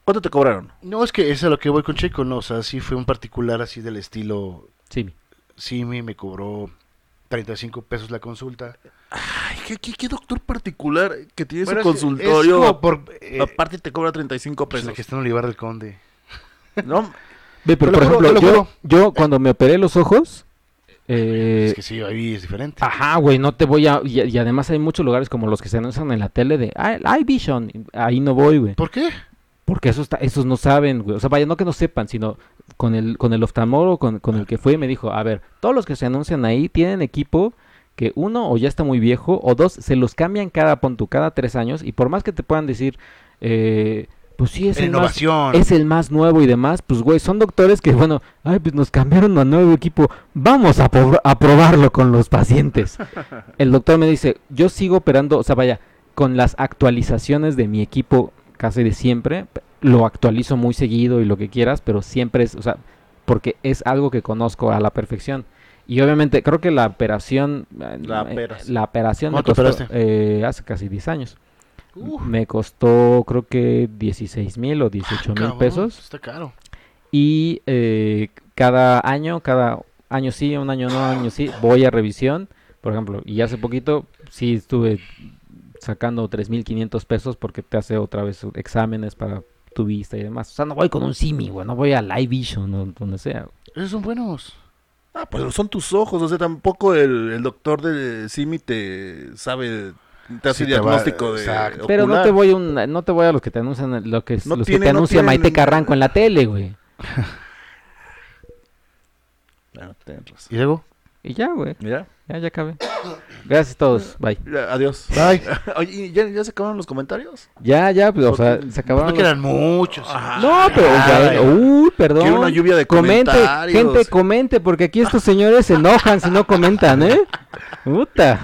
S2: ¿Cuánto te cobraron?
S3: No, es que es a lo que voy con Checo, no, o sea, sí fue un particular así del estilo,
S1: simi.
S3: sí, me, me cobró 35 pesos la consulta.
S2: Ay, ¿qué, qué, qué doctor particular que tiene
S3: Bueno,
S2: su
S3: es- es
S2: consultorio?
S3: como por, eh,
S2: Aparte te cobra 35
S3: pues,
S2: pesos.
S3: la que está en Olivar del Conde.
S2: No,
S1: Ve, pero por
S3: Te lo juro,
S1: ejemplo,
S3: te lo
S1: yo,
S3: juro.
S1: yo cuando me operé los ojos, eh,
S3: es que sí, ahí es diferente.
S1: Ajá, güey, no te voy a... Y, y además hay muchos lugares como los que se anuncian en la tele de "Ah, el Eye Vision. y Ahí no voy, güey.
S3: ¿Por qué?
S1: Porque esos, ta- esos no saben, güey. O sea, vaya, no que no sepan, sino con el, con el oftalmólogo con, con el que fui me dijo, a ver, todos los que se anuncian ahí tienen equipo que uno o ya está muy viejo o dos se los cambian cada punto, cada tres años y por más que te puedan decir, eh, pues sí es
S3: La
S1: el más,
S3: innovación.
S1: es el más nuevo y demás, pues güey, son doctores que, bueno, ay, pues nos cambiaron a nuevo equipo, vamos a, por- a probarlo con los pacientes. El doctor me dice, yo sigo operando, o sea, vaya, con las actualizaciones de mi equipo casi de siempre, p- lo actualizo muy seguido y lo que quieras, pero siempre es, o sea, porque es algo que conozco a la perfección. Y obviamente creo que la operación... eh,
S2: La
S1: eh,
S2: operación.
S1: la operación me
S3: ¿Cuánto
S1: costó,
S3: operaste?
S1: eh, hace casi 10 años. Me costó creo que 16 mil o
S2: Ah,
S1: 18 mil
S3: Cabrón,
S1: pesos.
S3: Está caro.
S1: Y eh, cada año, cada año sí, un año no, año sí, voy a revisión. Por ejemplo, y hace poquito sí estuve sacando 3.500 pesos porque te hace otra vez exámenes para tu vista y demás. O sea, no voy con un simi, güey, no voy a Live Vision o donde sea.
S3: Esos son buenos.
S2: Ah, pues son tus ojos, o sea, tampoco el, el doctor de Simi te sabe, te hace
S3: Sí, te va-
S2: diagnóstico de
S3: exacto.
S1: Pero no te
S2: ocular.
S1: voy a un- no te voy a los que te anuncian lo que,
S2: No
S1: los
S2: tiene-
S1: que te
S2: no
S1: anuncia
S2: tienen-
S1: Maite Carranco en la tele, güey.
S3: Ah,
S2: Claro, tienes razón.
S3: ¿Y luego?
S1: Y ya, güey,
S2: Mira,
S1: ya, ya acabé. Gracias a todos, bye.
S2: ya, adiós.
S3: Bye.
S2: Oye, ¿y ya, ya se acabaron los comentarios?
S1: Ya, ya, pues, o sea, se acabaron
S3: No
S1: los-
S3: quedan muchos.
S1: No, pero, o sea,
S2: Ay.
S1: uy, perdón.
S2: Quiero una lluvia de
S1: Comente,
S2: comentarios.
S1: gente, comente, porque aquí estos señores se enojan si no comentan, ¿eh? Puta.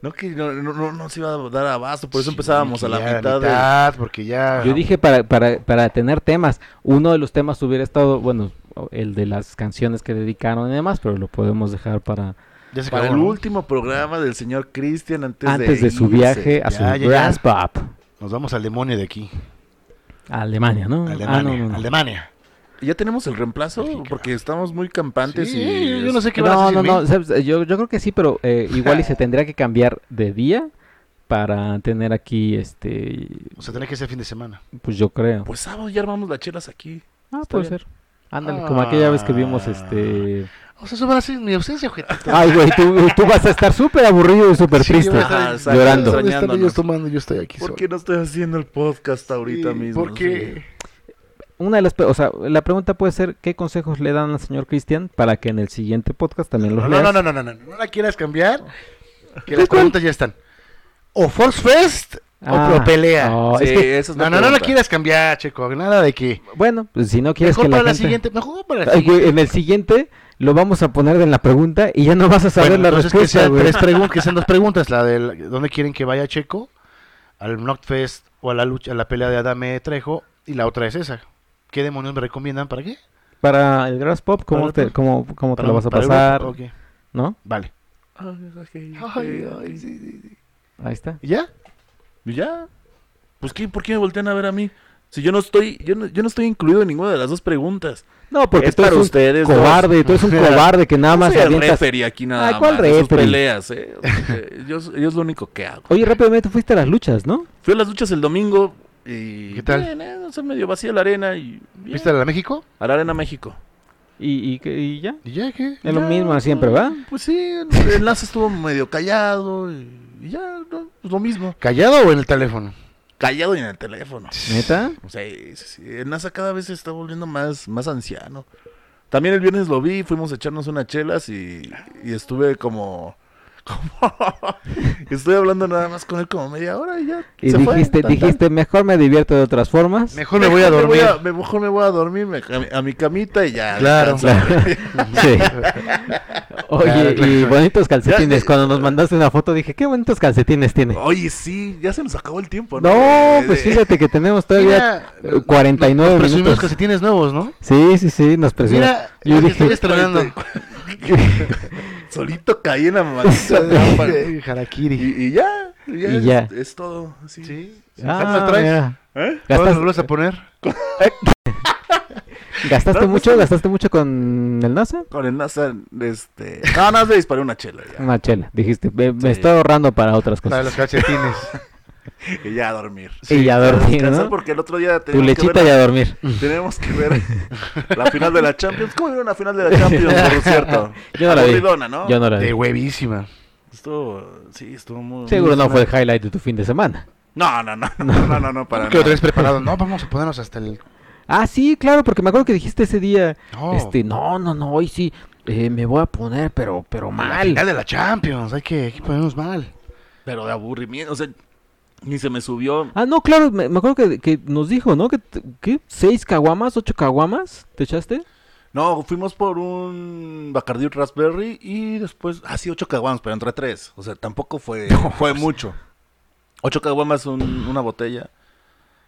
S2: No, que no, no, no, no se iba a dar abasto, por eso
S3: Sí,
S2: empezábamos
S3: que
S2: a la
S3: ya
S2: mitad, de-
S3: Porque ya...
S1: Yo dije para, para, para tener temas. Uno de los temas hubiera estado, bueno, el de las canciones que dedicaron y demás, pero lo podemos dejar para
S3: Ya se
S2: para el
S3: acabó, ¿no?
S2: último programa del señor Cristian antes,
S1: antes de, su
S2: irse.
S1: viaje a
S3: Ya,
S1: su
S3: ya, ya.
S1: Brass Pop.
S3: Nos vamos al demonio de aquí.
S1: A Alemania, ¿no?
S3: Alemania.
S1: Ah, no, no, no.
S3: Alemania.
S2: ¿Ya tenemos el reemplazo? Porque estamos muy campantes
S3: Sí,
S2: y...
S3: yo no sé qué van a
S1: No,
S3: decir
S1: no,
S3: de
S1: no,
S3: mí.
S1: sabes, Yo, yo creo que sí, pero eh, igual y se tendría que cambiar de día para tener aquí, este,
S3: O sea, tenés que ser fin de semana.
S1: pues yo creo.
S2: Pues sábado ya armamos las chelas aquí.
S1: Ah,
S2: Está
S1: puede
S2: bien.
S1: ser. Ándale,
S3: Ah.
S1: como aquella vez que vimos este.
S3: O sea, eso van a ser mi ausencia, ojete.
S1: Ay, güey, tú, tú vas a estar súper aburrido y súper
S3: Sí,
S1: triste.
S3: yo voy a estar-
S2: Ajá, exacto.
S1: llorando.
S3: ¿Dónde están
S2: Extrañándonos.
S3: ellos tomando? Yo estoy aquí
S2: ¿Por
S3: solo.
S2: qué no estoy haciendo el podcast ahorita
S3: Sí,
S2: mismo?
S3: Porque...
S1: Una de las. pe- O sea, la pregunta puede ser: ¿qué consejos le dan al señor Cristian para que en el siguiente podcast también los
S3: No,
S1: leas?
S3: no, no, no, no, no, no la quieras cambiar. Que
S1: ¿Qué
S3: las
S1: cuál?
S3: preguntas ya están. O Force Fest
S1: Ah,
S3: o Propelea.
S1: no,
S2: Sí,
S1: es que-
S2: esa es
S3: No, no,
S2: mi
S3: no la
S2: pregunta.
S3: quieras cambiar, Checo. Nada de que.
S1: bueno, pues si no quieres
S3: Mejor
S1: que la,
S3: para la
S1: gente-
S3: siguiente. Mejor para la
S1: Ay,
S3: siguiente.
S1: güey, en el siguiente lo vamos a poner en la pregunta y ya no vas a saber
S3: Bueno,
S1: la
S3: entonces que
S1: respuesta,
S3: sean,
S1: güey.
S3: tres pregun- que sean dos preguntas. La de dónde quieren que vaya Checo, al Knockfest o a la lucha, a la pelea de Adame Trejo. Y la otra es esa. ¿Qué demonios me recomiendan? ¿Para qué?
S1: Para el Grass Pop, ¿cómo
S3: Para-
S1: te, cómo, cómo te
S3: ¿Para
S1: lo vas a
S3: para
S1: pasar?
S3: Europa? Ok,
S1: ¿No?
S3: Vale.
S2: Ah, ok, ok, ok.
S1: Ahí está.
S3: ¿Y ¿Ya?
S2: ¿Y ya? Pues qué, ¿por qué me voltean a ver a mí? Si yo no estoy, yo no, yo no estoy incluido en ninguna de las dos preguntas.
S1: No, porque
S2: Es
S1: tú eres
S2: para
S1: un
S2: ustedes dos.
S1: cobarde, tú eres un cobarde que nada
S2: Yo
S1: más
S2: soy el
S1: avientas
S2: referee aquí nada
S1: Ay, ¿cuál
S2: más, de sus
S1: referee?
S2: peleas, ¿eh? O sea, que yo, yo es lo único que hago.
S1: Oye, rápidamente fuiste a las luchas, ¿no?
S2: Fui a las luchas el domingo y...
S3: ¿Qué tal?
S2: Bien, eh, o sea, medio vacía la arena y... bien.
S3: ¿Viste la de México?
S2: A la Arena México.
S1: Y, y, que- y ya.
S3: ¿Y ya qué?
S1: Es lo
S3: Ya,
S1: mismo de siempre,
S3: no.
S1: ¿verdad?
S2: Pues sí, el Lazo estuvo medio callado y, y ya, no, pues lo mismo.
S3: ¿Callado o en el teléfono?
S2: Callado y en el teléfono.
S1: ¿Neta?
S2: O sea, sí, sí, el NASA cada vez se está volviendo más, más anciano. También el viernes lo vi, fuimos a echarnos unas chelas y, y estuve como... como estuve hablando nada más con él como media hora y ya.
S1: Y
S2: se fue,
S1: dijiste,
S2: tan, tan.
S1: dijiste, mejor me divierto de otras formas.
S3: Mejor me voy a
S2: Mejor
S3: dormir.
S2: me- mejor me voy a dormir me- a, mi, a mi camita y ya.
S3: Claro.
S2: descanso.
S1: Sí.
S3: Claro,
S1: Oye,
S3: claro.
S1: y bonitos calcetines.
S2: Ya-
S1: Cuando nos mandaste una foto dije, qué bonitos calcetines tiene.
S2: Oye, sí, ya se nos acabó el tiempo, ¿no?
S1: No, pues fíjate que tenemos todavía
S3: Mira,
S1: eh, 49
S3: Los presumimos
S1: minutos.
S3: calcetines nuevos, ¿no?
S1: Sí, sí, sí, nos presiona.
S3: Mira,
S1: Yo
S3: lo que
S1: dije,
S3: estoy estrenando.
S2: Solito caí en la maldita trampa.
S3: Harakiri.
S2: Y, y ya, y ya,
S1: Y
S2: es,
S1: ya.
S2: es todo. Sí.
S3: Sí.
S1: ah,
S3: ¿Cuántas traes?
S1: mira,
S2: ¿Eh?
S3: ¿Cuándo
S1: gastas-
S3: lo vuelves a poner?
S1: ¿Gastaste
S2: No, pues,
S1: mucho? ¿Gastaste mucho con el NASA?
S2: Con el NASA, este. No, nada más le disparé una chela ya.
S1: Una chela, dijiste. Me, me
S2: Sí.
S1: estoy ahorrando para otras
S3: Para
S1: cosas.
S3: los calcetines.
S2: Y ya a dormir.
S1: y a dormir,
S2: Descansar
S1: ¿no?
S2: Porque el otro día
S1: Tu
S2: tenemos que,
S1: lechita
S2: ver
S1: y
S2: la,
S1: a dormir.
S2: tenemos que ver la final de la Champions. ¿Cómo vieron la final de la Champions, por cierto?
S1: Yo no la vi.
S2: Aburridona, ¿no?
S1: Yo no la vi.
S3: De huevísima.
S2: Estuvo, sí, estuvo muy.
S1: Seguro
S2: muy
S1: no fue el
S2: final.
S1: highlight de tu fin de semana.
S2: No, no, no, no, no, no, no, para
S3: ¿Qué lo
S2: nada.
S3: traes preparado? No, pues vamos a ponernos hasta el...
S1: Ah, sí, claro, porque me acuerdo que dijiste ese día,
S2: Oh.
S3: No,
S1: este, no, no, no, hoy sí, eh, me voy a poner, pero, pero
S3: la
S1: mal.
S3: final de la Champions. Hay que, hay que ponernos mal.
S2: Pero de aburrimiento, o sea, ni se me subió.
S1: Ah, no, claro, me, me acuerdo que, que nos dijo, ¿no? Que, t- ¿Qué? ¿Seis caguamas? ¿Ocho caguamas? ¿Te echaste?
S2: No, fuimos por un Bacardi Raspberry y después, ah, sí, ocho caguamas, pero entre tres. O sea, tampoco fue,
S3: pues
S2: fue mucho. Ocho caguamas, un- una botella.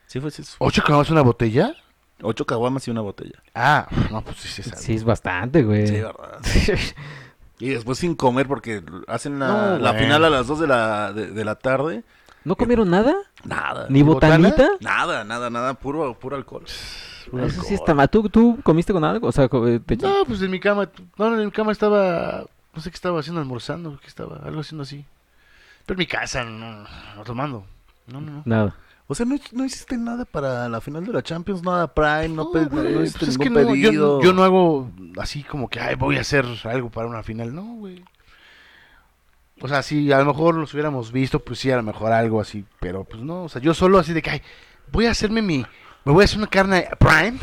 S2: Sí, fue sí,
S3: ¿Ocho caguamas una botella?
S2: Ocho caguamas y una botella.
S3: Ah, no, pues sí, sí, es algo.
S1: Sí, es bastante,
S3: Eh.
S1: güey.
S2: Sí, verdad. Y después sin comer porque hacen la,
S3: No,
S2: la
S3: bueno.
S2: final a las dos de la, de, de la tarde.
S1: ¿No comieron nada?
S2: Eh, Nada.
S1: ¿Ni
S3: ¿Ni botana?
S1: botanita?
S2: Nada, nada, nada, puro, puro alcohol. Puro
S1: Eso sí
S2: alcohol.
S1: está mal. ¿Tú, ¿Tú comiste con algo? O sea, co- eh, te
S3: No, pues en mi cama. No, en mi cama estaba. No sé qué estaba haciendo, almorzando, qué estaba, algo haciendo así. Pero en mi casa, no, no tomando. No, no, no.
S1: Nada.
S2: O sea, no, no hiciste nada para la final de la Champions, nada Prime, no, pe- no
S3: güey,
S2: hiciste
S3: pues es que
S2: ningún
S3: no, yo-
S2: pedido.
S3: yo, no hago así como que Ay, voy a hacer algo para una final, no, güey. O sea, si a lo mejor los hubiéramos visto, pues sí, a lo mejor algo así, pero pues no, o sea, yo solo así de que ay, voy a hacerme mi, me voy a hacer una carne prime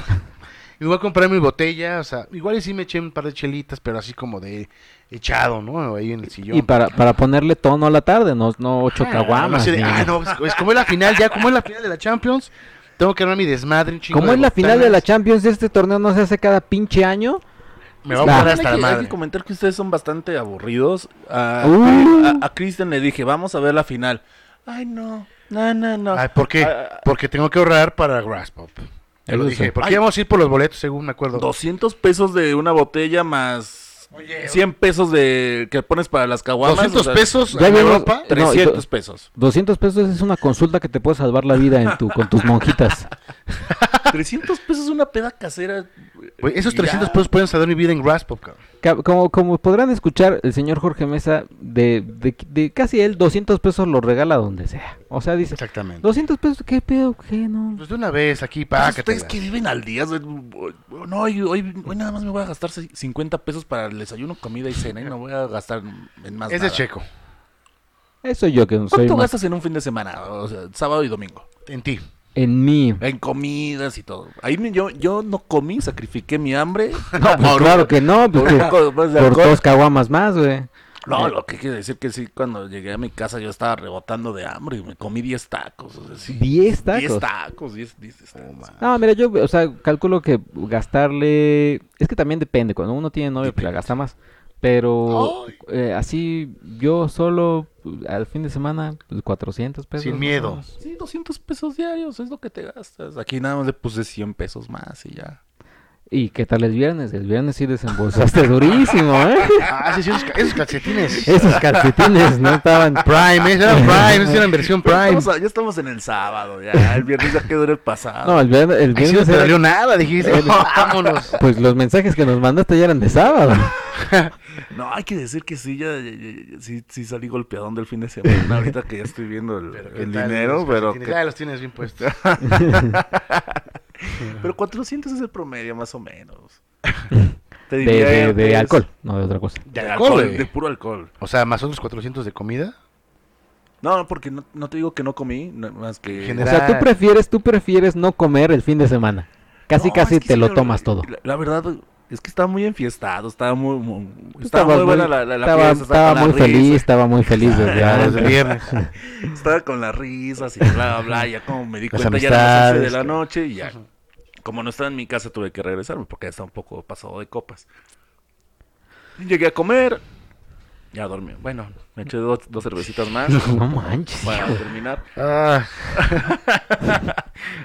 S3: y me voy a comprar mi botella, o sea, igual y sí me eché un par de chelitas, pero así como de echado, ¿no? Ahí en el sillón.
S1: Y para, para ponerle tono a la tarde, no, no ocho
S3: Ah, no
S1: caguamas.
S3: sé de,
S1: ni-
S3: "Ah, no, es, es como es la final, ya como es la final de la Champions, tengo que armar mi desmadre, un chingo
S1: Como
S3: de
S1: es la final de la
S3: botanas,
S1: Champions, este torneo no se hace cada pinche año.
S3: Me voy a
S1: Nah.
S3: poner
S2: Hay
S3: hasta
S2: que-
S3: la
S2: hay, que,
S3: madre.
S2: comentar que ustedes son bastante aburridos. A,
S1: Uh.
S2: a, a Kristen le dije, vamos a ver la final. Ay, no. No, no, no.
S3: Ay, ¿por qué?
S2: Ah, ah,
S3: Porque tengo que ahorrar para Grass Pop. Te lo
S1: Eso
S3: dije.
S1: sí.
S3: Porque
S2: Ay.
S3: íbamos a ir por los boletos, según me acuerdo.
S2: 200 pesos de una botella más 100 pesos de que pones para las caguamas.
S3: 200
S2: o sea,
S3: pesos
S1: ya
S3: en
S1: vimos-
S3: Europa.
S1: No, y
S2: 300
S1: do-
S2: pesos.
S1: 200 pesos es una consulta que te puede salvar la vida en tu, con tus monjitas.
S2: 300 pesos una peda casera. eh,
S3: Güey, esos
S2: Ya.
S3: 300 pesos pueden salvar mi vida en Grass Pop, cabrón.
S1: Ca- Como, como podrán escuchar, el señor Jorge Mesa, de, de, de casi él, 200 pesos los regala donde sea. O sea, dice,
S3: Exactamente.
S1: 200 pesos, ¿qué pedo? ¿Qué no?
S3: Pues de una vez, aquí,
S2: Pues
S3: pácatelas.
S2: Ustedes que viven al día, o sea, no, hoy, hoy, hoy nada más me voy a gastar 50 pesos para el desayuno, comida y cena y no voy a gastar en más.
S3: Es de
S2: nada.
S3: Checo,
S1: Eso yo que soy
S2: ¿Cuánto
S1: más-
S2: gastas en un fin de semana? O sea, sábado y domingo.
S3: en ti.
S1: en mí.
S2: En comidas y todo. Ahí me- yo, yo no comí, sacrifiqué mi hambre.
S1: No, pues claro que no, pues,
S2: por
S1: que-
S2: un poco más de
S1: por
S2: alcohol.
S1: dos caguamas más, güey.
S2: No, lo que quiere decir que sí, cuando llegué a mi casa yo estaba rebotando de hambre y me comí 10 tacos. O sea, sí,
S1: 10 tacos.
S2: 10 tacos, 10 10 tacos.
S1: No, mira, yo, o sea, calculo que gastarle... Es que también depende, cuando uno tiene novio, pues la gasta más. Pero eh, así, yo solo, al fin de semana, pues, 400 pesos.
S3: Sin
S1: más o
S3: miedo.
S1: menos.
S2: Ah, Sí, 200 pesos diarios es lo que te gastas. Aquí nada más le puse 100 pesos más y ya.
S1: ¿Y qué tal el viernes? El viernes sí desembolsaste durísimo, ¿eh?
S3: Ah, sí, sí, esos, ca- esos calcetines.
S1: Esos calcetines no estaban...
S3: Prime, esos eran Prime, esos eran versión
S2: Pero
S3: Prime.
S2: estamos a- ya estamos en el sábado, ya. El viernes ya quedó en el pasado.
S1: No, el viernes, el
S3: Ahí sí no
S1: viernes
S3: te
S1: era-
S3: dolió nada, dijiste. Vámonos.
S1: Pues los mensajes que nos mandaste ya eran de sábado.
S2: No, hay que decir que sí, ya, ya- ya- ya- sí, sí salí golpeadón del fin de semana. Ahorita que ya estoy viendo el,
S3: ¿qué
S2: el
S3: tal
S2: dinero,
S3: los
S2: pero,
S3: calcetines?
S2: que-
S3: Ya los tienes bien puestos.
S2: pero 400 es el promedio, más o menos. te
S1: de,
S2: diría
S1: de- de
S2: antes-
S1: alcohol, no de otra cosa.
S3: De
S2: De
S3: alcohol, eh.
S2: alcohol,
S3: güey.
S2: de puro alcohol.
S3: O sea, más otros 400 de comida.
S2: No, no, porque no, no te digo que no comí, no- más que...
S3: General,
S1: O sea, tú
S3: Era-
S1: prefieres, tú prefieres no comer el fin de semana. Casi,
S2: No,
S1: casi
S2: es que
S1: te
S2: sí,
S1: lo
S2: la-
S1: tomas todo.
S2: La, la verdad, es que estaba muy enfiestado, estaba muy... muy- Pues estaba muy
S1: estabas
S2: buena la, la- la
S1: estaba,
S2: fiesta,
S1: estaba
S2: con la
S1: muy
S2: risa,
S1: feliz, estaba muy feliz desde
S3: Claro,
S1: adentro.
S3: desde el viernes.
S2: Estaba con las risas y bla, bla, bla, ya como me di
S3: Las
S2: cuenta, ya eran las 11 de
S3: amistades,
S2: la
S3: claro.
S2: noche y ya. Como no estaba en mi casa, tuve que regresarme porque ya estaba un poco pasado de copas. Llegué a comer, ya dormí. Bueno, me eché dos, dos cervecitas más
S1: No manches.
S2: para
S1: hijo.
S2: terminar.
S3: Ah,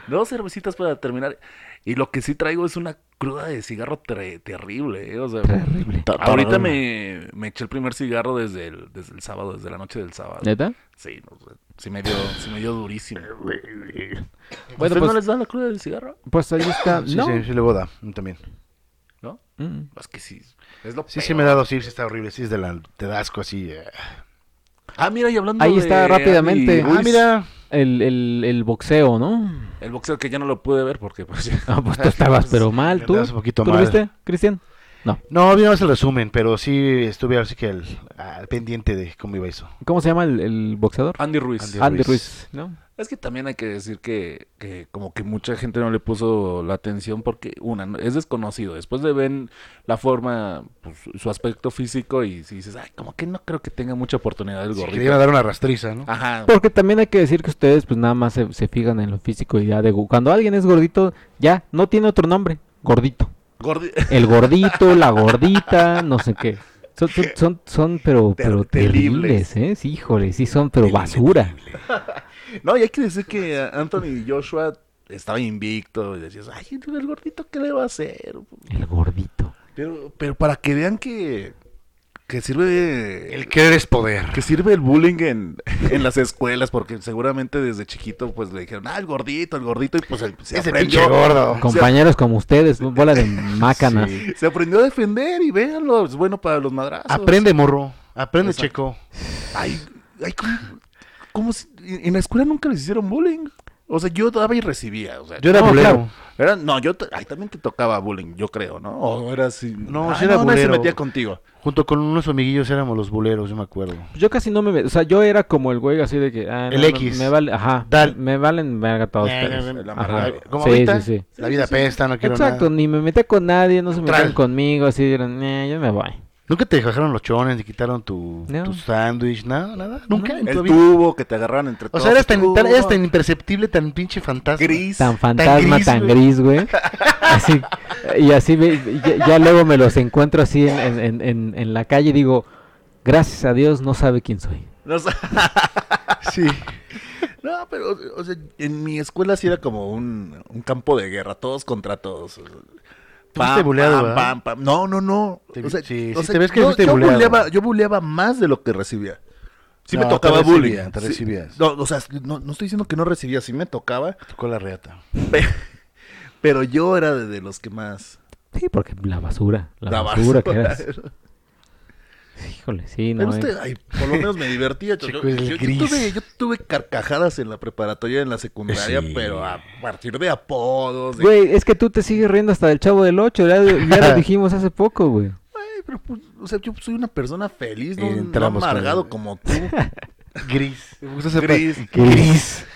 S2: Dos cervecitas para terminar. Y lo que sí traigo es una cruda de cigarro tre- terrible. ¿eh? O sea,
S1: Terrible.
S2: ta- ahorita me, me eché el primer cigarro desde el, desde el sábado, desde la noche del sábado.
S1: ¿Neta?
S2: Sí, no sé, sí me dio, sí me dio durísimo.
S1: Bueno,
S2: ¿Ustedes
S1: pues-
S2: no les dan la cruda del cigarro?
S1: Pues ahí está.
S3: sí,
S1: no.
S3: sí, sí, luego da. yo mm, También.
S2: ¿No?
S1: Mm.
S2: Es que sí. Es lo
S3: Sí, sí,
S2: peor.
S3: me da dos, sí, sí, está horrible. Sí, es de la. Te da asco así. eh.
S2: Ah, mira, y hablando
S1: Ahí
S2: de
S1: está,
S2: Andy
S1: rápidamente.
S2: Ruiz,
S3: Ah, mira.
S1: El, el, el boxeo, ¿no?
S2: El boxeo que ya no lo pude ver porque pues ya-
S1: Ah, pues tú estabas, pero mal, tú.
S3: Andabas un poquito
S1: ¿Tú lo
S3: mal.
S1: viste, Cristian?
S3: No, vimos el resumen, pero sí estuve así que al, al pendiente de cómo iba eso.
S1: ¿Cómo se llama el, el boxeador?
S2: Andy Ruiz.
S3: Andy
S1: Andy Ruiz,
S3: Ruiz.
S1: ¿no?
S2: Es que también hay que decir que, que como que mucha gente no le puso la atención porque, una, no- es desconocido. Después de ven la forma, pues, su aspecto físico y si dices, ay, como que no creo que tenga mucha oportunidad el
S3: Sí, que
S2: gordito. Ah,
S3: le iban a dar una rastriza, ¿no?
S2: Ajá.
S1: Porque también hay que decir que ustedes pues nada más se, se fijan en lo físico y ya de gu- cuando alguien es gordito, ya no tiene otro nombre, gordito.
S2: Gordi-
S1: El gordito, la gordita, no sé qué. Son, son, son, son, pero,
S2: Ter-
S1: pero
S2: terribles.
S1: terribles, ¿eh? Sí, híjole, sí son, pero basura.
S2: No, y hay que decir que eh, Anthony Joshua estaba invicto y decías, ay, el gordito, ¿qué le va a hacer?
S1: El gordito.
S2: Pero, pero para que vean que, que sirve
S3: El querer es poder.
S2: que sirve el bullying en, en las escuelas, porque seguramente desde chiquito pues le dijeron, ah, el gordito, el gordito, y pues el- se
S3: Ese
S2: aprendió.
S3: pinche gordo.
S1: Compañeros como ustedes, bola de mácanas.
S3: Sí.
S2: Se aprendió a defender y véanlo, es bueno para los madrazos.
S3: Aprende, morro. Aprende, checo.
S2: Exacto. Ay, ay, ¿cómo, cómo si- en la escuela nunca les hicieron bullying? O sea, yo daba y recibía, o sea,
S3: Yo era
S1: No,
S3: bulero.
S1: claro.
S2: era- no, yo, te- ay, también te tocaba bullying, yo creo, ¿no? O era así,
S3: No,
S2: ah,
S3: sí era
S2: nadie se
S3: bulero.
S2: metía contigo.
S3: Junto con unos amiguillos éramos los buleros, yo me acuerdo.
S1: Yo casi no me... ve- O sea, yo era como el güey así de que... ah, no,
S3: El
S1: no,
S3: X.
S1: Me vale... Ajá.
S3: Dal.
S1: Me valen verga todos ustedes.
S2: la
S1: Ajá.
S2: amargado.
S3: Como
S1: Sí,
S3: ahorita,
S1: eh, sí, sí.
S3: la vida pesta, no quiero
S1: Exacto,
S3: nada.
S1: ni me metía con nadie, no se metían
S3: Neutral.
S1: conmigo, así dijeron, "Nah, yo me voy.
S3: ¿Nunca te bajaron los chones, te quitaron tu,
S1: No.
S3: tu sándwich, nada, nada? ¿Nunca en
S2: El
S3: tu vida?
S2: tubo que te agarran entre
S3: O
S2: todos.
S3: sea, eras tan,
S2: tubo,
S3: tan- eras tan imperceptible, tan pinche fantasma.
S2: gris.
S1: Tan fantasma,
S3: gris,
S1: tan
S3: güey.
S1: gris, güey. Así, y así ve- ya, ya luego me los encuentro así en, en- en- en- en la calle y digo, gracias a Dios no sabe quién soy.
S2: No sé.
S3: Sí.
S2: No, pero, o- o sea, en mi escuela sí era como un, un campo de guerra, todos contra todos.
S3: fuiste buleado,
S2: pam,
S3: ¿verdad?
S2: pam, pam. No, no, no.
S3: Te-
S2: O sea,
S3: sí,
S2: o
S3: sí
S2: sea,
S3: te ves que
S2: yo,
S3: fuiste
S2: yo
S3: buleado.
S2: buleaba, yo buleaba más de lo que recibía. Sí me
S3: No, te
S2: tocaba
S3: recibía,
S2: bullying.
S3: te
S2: Sí.
S3: recibías.
S2: No, o sea, no, no estoy diciendo que no recibía, sí me tocaba,
S3: Tocó la reata.
S2: pe- pero yo era de, de los que más
S1: Sí, porque la basura, la,
S2: daba.
S1: basura, que eras. Híjole, sí,
S2: Pero
S1: no. eh.
S2: usted, ay, por lo menos me divertía. chico.
S3: Chico,
S2: yo,
S3: es el
S2: yo
S3: gris.
S2: tuve, yo tuve carcajadas en la preparatoria, en la secundaria,
S3: Sí.
S2: pero a partir de apodos. de-
S1: Güey, es que tú te sigues riendo hasta del chavo del 8, ya, ya lo dijimos hace poco, güey.
S2: Ay, pero, pues, o sea, yo soy una persona feliz, no, no
S3: Entramos con
S2: amargado
S3: el-
S2: como tú.
S3: Gris. Me gusta ese pa-
S2: Gris.
S3: Gris.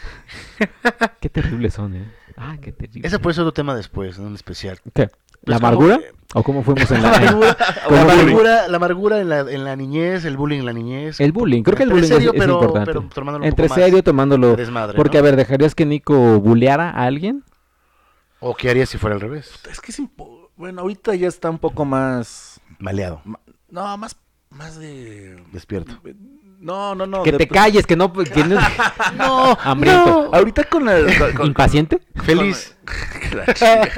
S1: Qué terribles son, eh. Ah, qué terribles.
S3: Ese puede ser otro tema después, ¿no? un especial.
S1: ¿Qué? ¿La
S3: Pues como-
S1: amargura? ¿O cómo fuimos en la...
S3: La amargura,
S1: ¿Cómo
S3: la,
S1: bullying?
S3: amargura, la amargura en la, en la niñez, el bullying en la niñez.
S1: El bullying, creo que el
S3: Entre
S1: bullying es-
S3: serio,
S1: es,
S3: pero-
S1: importante.
S3: pero tomándolo un
S1: Entre
S3: poco más
S1: serio tomándolo.
S3: de desmadre,
S1: porque,
S3: ¿no?
S1: a ver, ¿dejarías que Nico buleara a alguien?
S3: ¿O qué harías si fuera al revés?
S2: Es que es impo- Bueno, ahorita ya está un poco más.
S3: Maleado,
S2: ma- No, más, más de.
S3: despierto.
S2: No, no, no.
S1: que
S2: de-
S1: te calles, que no. que no-
S3: No,
S1: Hambriento.
S2: Ahorita con la. con- con-
S1: ¿Impaciente?
S3: Feliz.
S2: con la chingada.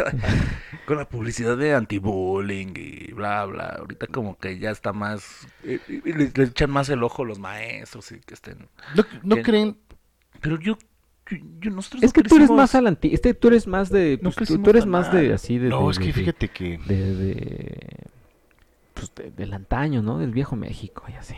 S2: Con la publicidad de antibullying y bla, bla. Ahorita como que ya está más. eh, eh, le, le echan más el ojo los maestros y que estén.
S3: ¿No, no
S2: Que-
S3: creen?
S2: Pero yo. yo- yo- nosotros
S1: Es
S2: no
S1: que tú eres
S2: crecimos-
S1: más al anti- Este, tú eres más de.
S2: No
S1: pues, tú- tú,
S2: crecimos
S1: eres
S2: tan
S1: más
S2: mal.
S1: de. Así de.
S3: No,
S1: de-
S3: es
S1: de-
S3: que
S1: de-
S3: fíjate que...
S1: de- de- pues, de- del antaño, ¿no? Del viejo México y así.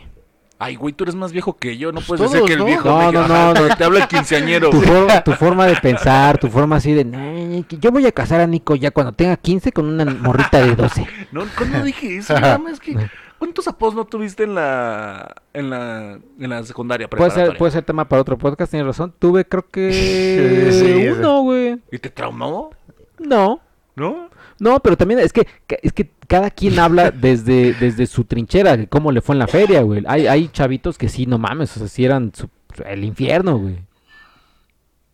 S2: Ay, güey, tú eres más viejo que yo, no
S3: Pues
S2: puedes decir
S3: todos,
S2: que el
S3: ¿no?
S2: viejo.
S1: No,
S2: me-
S1: no, no, no.
S2: Te habla el quinceañero.
S1: Tu, for- tu forma de pensar, tu forma así de. "Nah,
S4: Nicky, yo voy a casar a Nico ya cuando tenga 15 con una morrita de 12.
S2: No, ¿cómo dije eso? Nada más que. ¿Cuántos apodos no tuviste en la. en la. en la secundaria
S1: Puede ser,
S2: preparatoria?
S1: puede ser tema para otro podcast, tienes razón. Tuve, creo que.
S3: Sí, sí, sí.
S1: uno, güey.
S2: ¿Y te traumó?
S1: No.
S2: ¿No?
S1: No, pero también es que, que- es que cada quien habla desde, desde su trinchera, de cómo le fue en la feria, güey. Hay, hay chavitos que sí, no mames, o sea, sí eran su- el infierno, güey.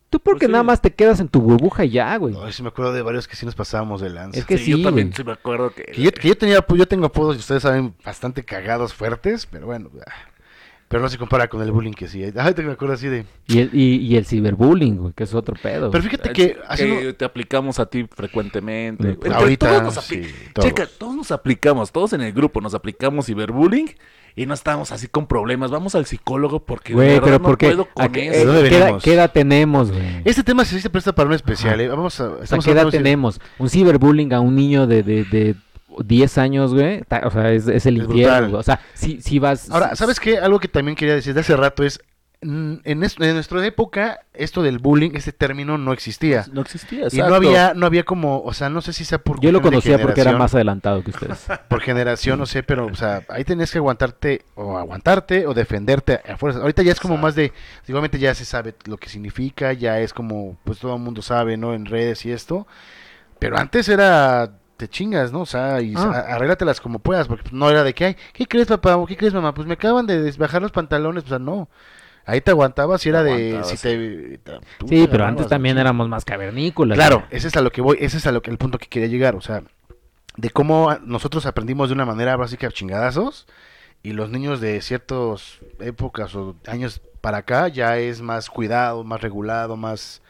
S1: Tú porque
S2: Pues sí.
S1: nada más te quedas en tu burbuja y ya, güey.
S3: Ay, sí me acuerdo de varios que sí nos pasábamos de lanza.
S1: Es que sí,
S2: yo también
S1: güey.
S2: sí me acuerdo que.
S3: Que yo, que yo tenía, yo tengo apodos, y ustedes saben, bastante cagados, fuertes, pero bueno. ah, Pero no se compara con el bullying que sí. hay. Ay, te- me acuerdo así de...
S1: Y el, y, y el ciberbullying, güey, que es otro pedo.
S3: Pero
S1: güey.
S3: fíjate Ah, que... haciendo-
S2: te aplicamos a ti frecuentemente.
S1: Mm,
S2: Entre
S3: ahorita,
S2: todos nos apli-
S3: sí, todos.
S2: Checa, todos nos aplicamos, todos en el grupo nos aplicamos ciberbullying y no estamos así con problemas. Vamos al psicólogo porque de
S1: Güey,
S2: verdad
S1: pero
S2: no
S1: ¿por qué?
S2: puedo
S1: ¿A
S2: con
S1: qué-
S2: eso.
S3: ¿De
S1: eh,
S3: dónde
S1: ¿qué, edad-
S3: venimos?
S1: qué edad tenemos, güey?
S3: Este tema sí se presta para un especial,
S1: Ajá.
S3: ¿eh? Vamos a...
S1: O sea,
S3: estamos
S1: ¿qué edad
S3: hablando-
S1: tenemos? Un ciberbullying a un niño de, de, de 10 años, güey. ta- O sea, es, es el
S3: Es
S1: infierno,
S3: brutal.
S1: güey. O sea, si, si vas...
S3: Ahora, ¿sabes qué? Algo que también quería decir de hace rato es... mm, En, es- en nuestra época, esto del bullying, este término no existía.
S2: No existía,
S3: Y no
S2: exacto.
S3: había, no había como, o sea, no sé si sea por
S1: Yo lo
S3: cuestión de
S1: conocía porque era
S3: generación.
S1: más adelantado que ustedes.
S3: por generación, no sé, pero, o sea, ahí tenías que aguantarte o aguantarte o defenderte a fuerzas. Ahorita ya es como más de, igualmente ya se sabe lo que significa, ya es como, pues todo el mundo sabe, ¿no? En redes y esto. Pero antes era, te chingas, ¿no? O sea, y
S1: Ah.
S3: a- arréglatelas como puedas, porque pues, no era de que, ay, ¿qué crees, papá? ¿O ¿Qué crees, mamá? Pues me acaban de desbajar los pantalones, o sea, no. Ahí te aguantabas y era de,
S2: aguantabas.
S3: si
S1: Sí,
S3: te... tú te
S1: pero
S3: agarrabas,
S1: antes
S3: ¿no?
S1: también éramos más cavernícolas.
S3: Claro,
S1: güey.
S3: ese es a lo que voy, ese es a lo que el punto que quería llegar, o sea, de cómo a- nosotros aprendimos de una manera básica a chingadazos y los niños de ciertas épocas o años para acá ya es más cuidado, más regulado, más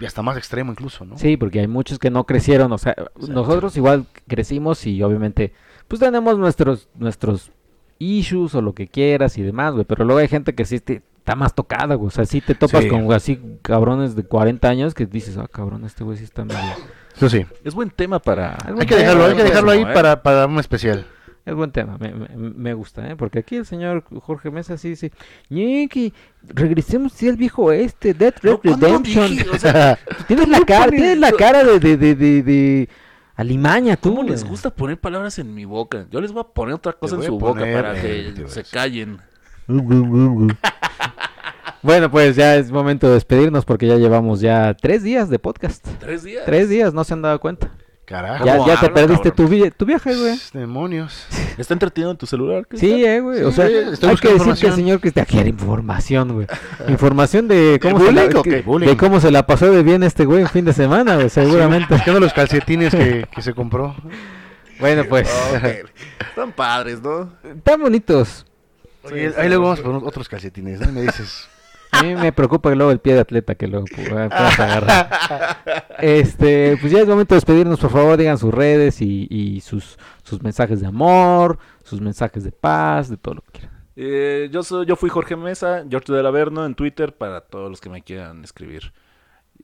S3: y hasta más extremo incluso, ¿no?
S1: Sí, porque hay muchos que no crecieron. O sea, nosotros igual crecimos y obviamente, pues tenemos nuestros, nuestros issues o lo que quieras y demás, güey. Pero luego hay gente que sí te- está más tocada, güey. O sea, sí te topas
S3: Sí.
S1: con así cabrones de 40 años que dices, ah, cabrón, este güey sí está medio.
S3: Eso sí.
S2: Es buen tema para.
S3: Hay que dejarlo, hay que dejarlo ahí
S2: ¿eh?
S3: para, para un especial.
S1: Es buen tema, me, me- me gusta, ¿eh? Porque aquí el señor Jorge Mesa sí dice, Nicky, regresemos sí al viejo este, Dead Red
S2: No, ¿cuándo
S1: Redemption.
S2: dije? O sea,
S1: Tienes la cara, tienes la cara de, de, de, de, de alimaña, tú.
S2: ¿Cómo les
S1: güey.
S2: gusta poner palabras en mi boca? Yo les voy a poner otra cosa en
S3: voy a
S2: su boca
S3: poner,
S2: para
S3: eh, te
S2: que
S3: voy a
S2: se
S3: decir.
S2: callen.
S1: Bueno, pues ya es momento de despedirnos porque ya llevamos ya tres días de podcast.
S2: Tres días.
S1: Tres días, no se han dado cuenta.
S3: Carajo.
S1: Ya,
S2: ¿Cómo
S1: ya te
S2: habla,
S1: perdiste
S2: cabrón?
S1: tu, vi- tu viaje, güey.
S3: Demonios.
S2: ¿Está entretenido en tu celular? ¿Qué
S1: Sí, eh, güey. O
S3: Sí,
S1: sea,
S3: güey, estoy
S1: hay que decir que
S3: buscando
S1: el
S3: información.
S1: señor Cristian quiere información, güey. Información de cómo, se
S3: bullying
S1: la,
S3: o qué?
S1: que- de
S3: Bullying.
S1: cómo se la pasó de bien este güey en fin de semana, güey, seguramente.
S3: Buscando los calcetines que, que se compró.
S1: Bueno, pues,
S2: Ok. Están padres, ¿no?
S1: tan bonitos.
S3: Oye, ahí luego vamos por otros calcetines, ¿no? Y me dices.
S1: A mí me preocupa luego el pie de atleta que luego pu- eh, puedas agarrar. Este, pues ya es momento de despedirnos, por favor, digan sus redes y, y sus, sus mensajes de amor, sus mensajes de paz, de todo lo que quieran.
S2: Eh, yo, soy, yo fui Jorge Mesa, George del Averno en Twitter para todos los que me quieran escribir.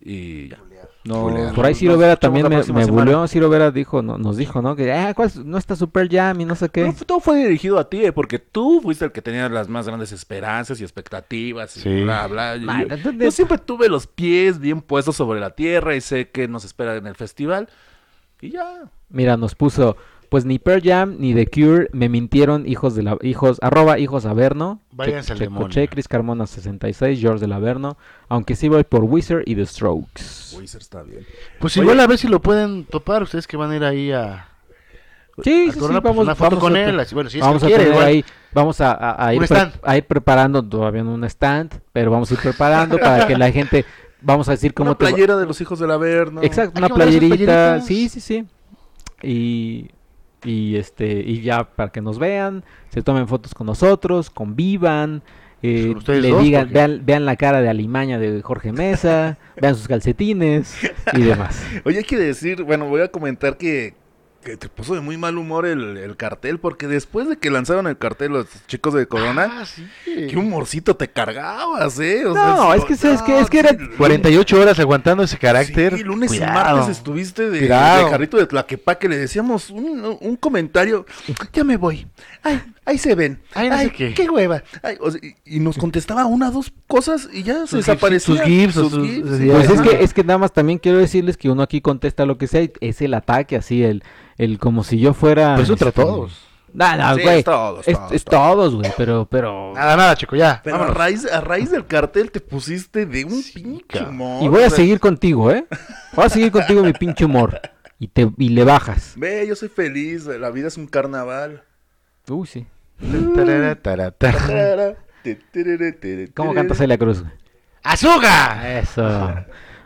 S2: Y ya. No,
S3: Bulear.
S1: Por ahí
S2: nos
S1: Ciro Vera
S2: escuchamos
S1: también
S2: la
S1: me,
S2: próxima
S1: me
S2: semana.
S1: buleó, Ciro Vera dijo, no, nos dijo, ¿no? Que, ah, ¿cuál es- no está Super Jam y no sé qué.
S3: pues,
S2: Pero todo fue dirigido a ti, eh, porque tú fuiste el que tenía las más grandes esperanzas y expectativas y
S3: Sí.
S2: bla, bla. Y
S1: Ma,
S2: yo,
S1: ¿dónde-
S2: yo siempre tuve los pies bien puestos sobre la tierra y sé que nos espera en el festival. Y ya.
S1: Mira, nos puso, pues ni Pearl Jam ni The Cure me mintieron hijos de la hijos arroba hijos Averno.
S3: Váyanse al demonio.
S1: Coche, Chris Carmona 66, George del Averno, aunque sí voy por Wizard y The Strokes.
S2: Wizard está bien.
S3: Pues
S2: Oye.
S3: igual a ver si lo pueden topar ustedes que van a ir ahí a...
S1: Sí,
S3: a
S1: sí, sí,
S3: tomar una-
S1: vamos,
S3: pues, una foto
S1: vamos
S3: con
S1: a-
S3: él. así- Bueno, si es
S1: vamos
S3: que
S1: a
S3: quiere,
S1: tener
S3: igual.
S1: ahí, vamos a, a- a ir
S3: Un
S1: pre-
S3: stand.
S1: a ir preparando todavía no un stand, pero vamos a ir preparando para que la gente, vamos a decir cómo
S2: Una
S1: te va-
S2: playera de los hijos del Averno.
S1: Exacto,
S3: Hay
S1: una
S3: que mandar esas
S1: playerita,
S3: playeritas.
S1: sí, sí, sí. Y, y este, y ya para que nos vean, se tomen fotos con nosotros, convivan, eh,
S3: Con ustedes
S1: le
S3: dos,
S1: digan,
S3: porque-
S1: vean, vean la cara de alimaña de Jorge Mesa, vean sus calcetines y demás.
S2: Oye, hay que decir, bueno, voy a comentar que, que te puso de muy mal humor el, el cartel, porque después de que lanzaron el cartel los chicos de Corona,
S3: Ah, sí.
S2: qué humorcito te cargabas, ¿eh? O
S1: No,
S2: sí,
S1: es que sabes que- es que
S2: sí,
S1: era-
S2: lunes-
S3: 48 horas aguantando ese carácter.
S2: sí, lunes y
S3: Cuidado.
S2: martes estuviste de, de
S3: Cuidado.
S2: jarrito de Tlaquepaque, le decíamos un, un comentario, ya me voy, ay, ahí se ven.
S3: Ay, no sé qué.
S2: hueva. Ay, o sea, y, y nos contestaba una, dos cosas y ya se
S3: Sus gifs-
S2: desaparecía.
S3: sus gifs o sus-
S2: gifs.
S3: sus-
S1: Pues
S3: Ajá.
S1: es que, es que nada más también quiero decirles que uno aquí contesta lo que sea, y es el ataque así, el, el como si yo fuera...
S3: Pues entre
S1: este,
S3: todos.
S1: No, no,
S2: Sí,
S1: güey.
S2: es todos,
S1: es,
S2: todos,
S1: es
S2: todos.
S1: todos, güey, pero, pero...
S3: Nada, nada, chico, ya.
S2: Pero a
S3: Vámonos.
S2: raíz, a raíz del cartel te pusiste de un pinche
S3: cabrón.
S2: humor.
S1: Y voy
S2: o
S1: a
S2: sea,
S1: seguir contigo, ¿eh? Voy a seguir contigo mi pinche humor. Y, te, y le bajas.
S2: Ve, yo soy feliz, la vida es un carnaval.
S1: Uy, sí.
S3: Tarara, tarara, tarara.
S1: ¿Cómo canta Celia Cruz? güey?
S3: ¡Azúcar!
S1: Eso.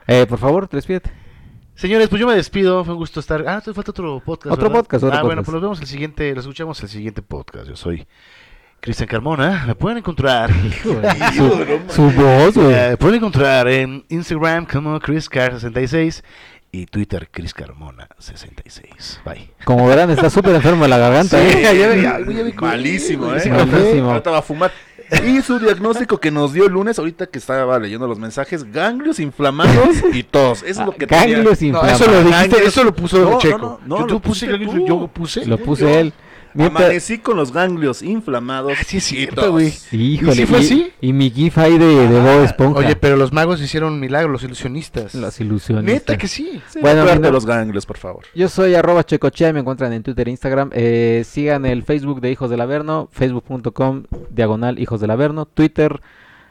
S1: Eh, por favor, despídete.
S3: Señores, pues yo me despido. Fue un gusto estar. Ah, te falta otro podcast.
S1: Otro
S3: ¿verdad?
S1: podcast, otro
S3: Ah, bueno,
S1: podcast.
S3: pues nos vemos el siguiente. Los escuchamos el siguiente podcast. Yo soy Cristian Carmona. Me pueden encontrar.
S1: Su, su voz, güey.
S3: Me pueden encontrar en Instagram como ChrisCar66 y Twitter ChrisCarmona66. Bye.
S1: Como verán, está súper enfermo de la garganta, ¿eh?
S2: Malísimo, ¿eh?
S1: Malísimo.
S2: Ahorita va a fumar. Y su diagnóstico que nos dio el lunes, ahorita que estaba leyendo los mensajes, ganglios inflamados y tos. Eso es lo que tenía.
S1: Ganglios inflamados.
S3: dijiste, eso lo puso
S2: No, no,
S3: Checo.
S2: no, no,
S3: yo,
S2: lo
S3: tú puse,
S2: pusiste tú.
S3: yo puse.
S1: ¿eh? Lo puse él. Mientras...
S2: Amanecí con los ganglios inflamados.
S3: Ah, sí es
S2: y
S3: cierto,
S2: tos.
S3: güey.
S1: Híjole.
S3: ¿Y si fue
S1: y-
S3: así?
S1: Y mi gif ahí de, de Bob Esponja.
S3: Oye, pero los magos hicieron milagros, los ilusionistas.
S1: Las ilusiones.
S3: Neta que sí.
S2: Sí,
S1: Bueno,
S2: acuérdate
S1: mira.
S2: de los ganglios, por favor.
S1: Yo soy arroba checochea, me encuentran en Twitter e Instagram. Eh, sigan el Facebook de Hijos del Averno, facebook.com diagonal Hijos del Averno, twitter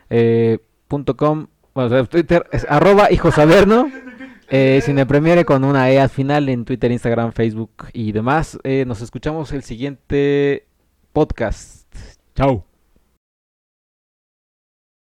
S1: eh, punto com, bueno, o sea, Twitter es arroba Hijos Averno, eh, Cine Premiere con una E al final en Twitter, Instagram, Facebook y demás. Eh, nos escuchamos el siguiente podcast. Chao.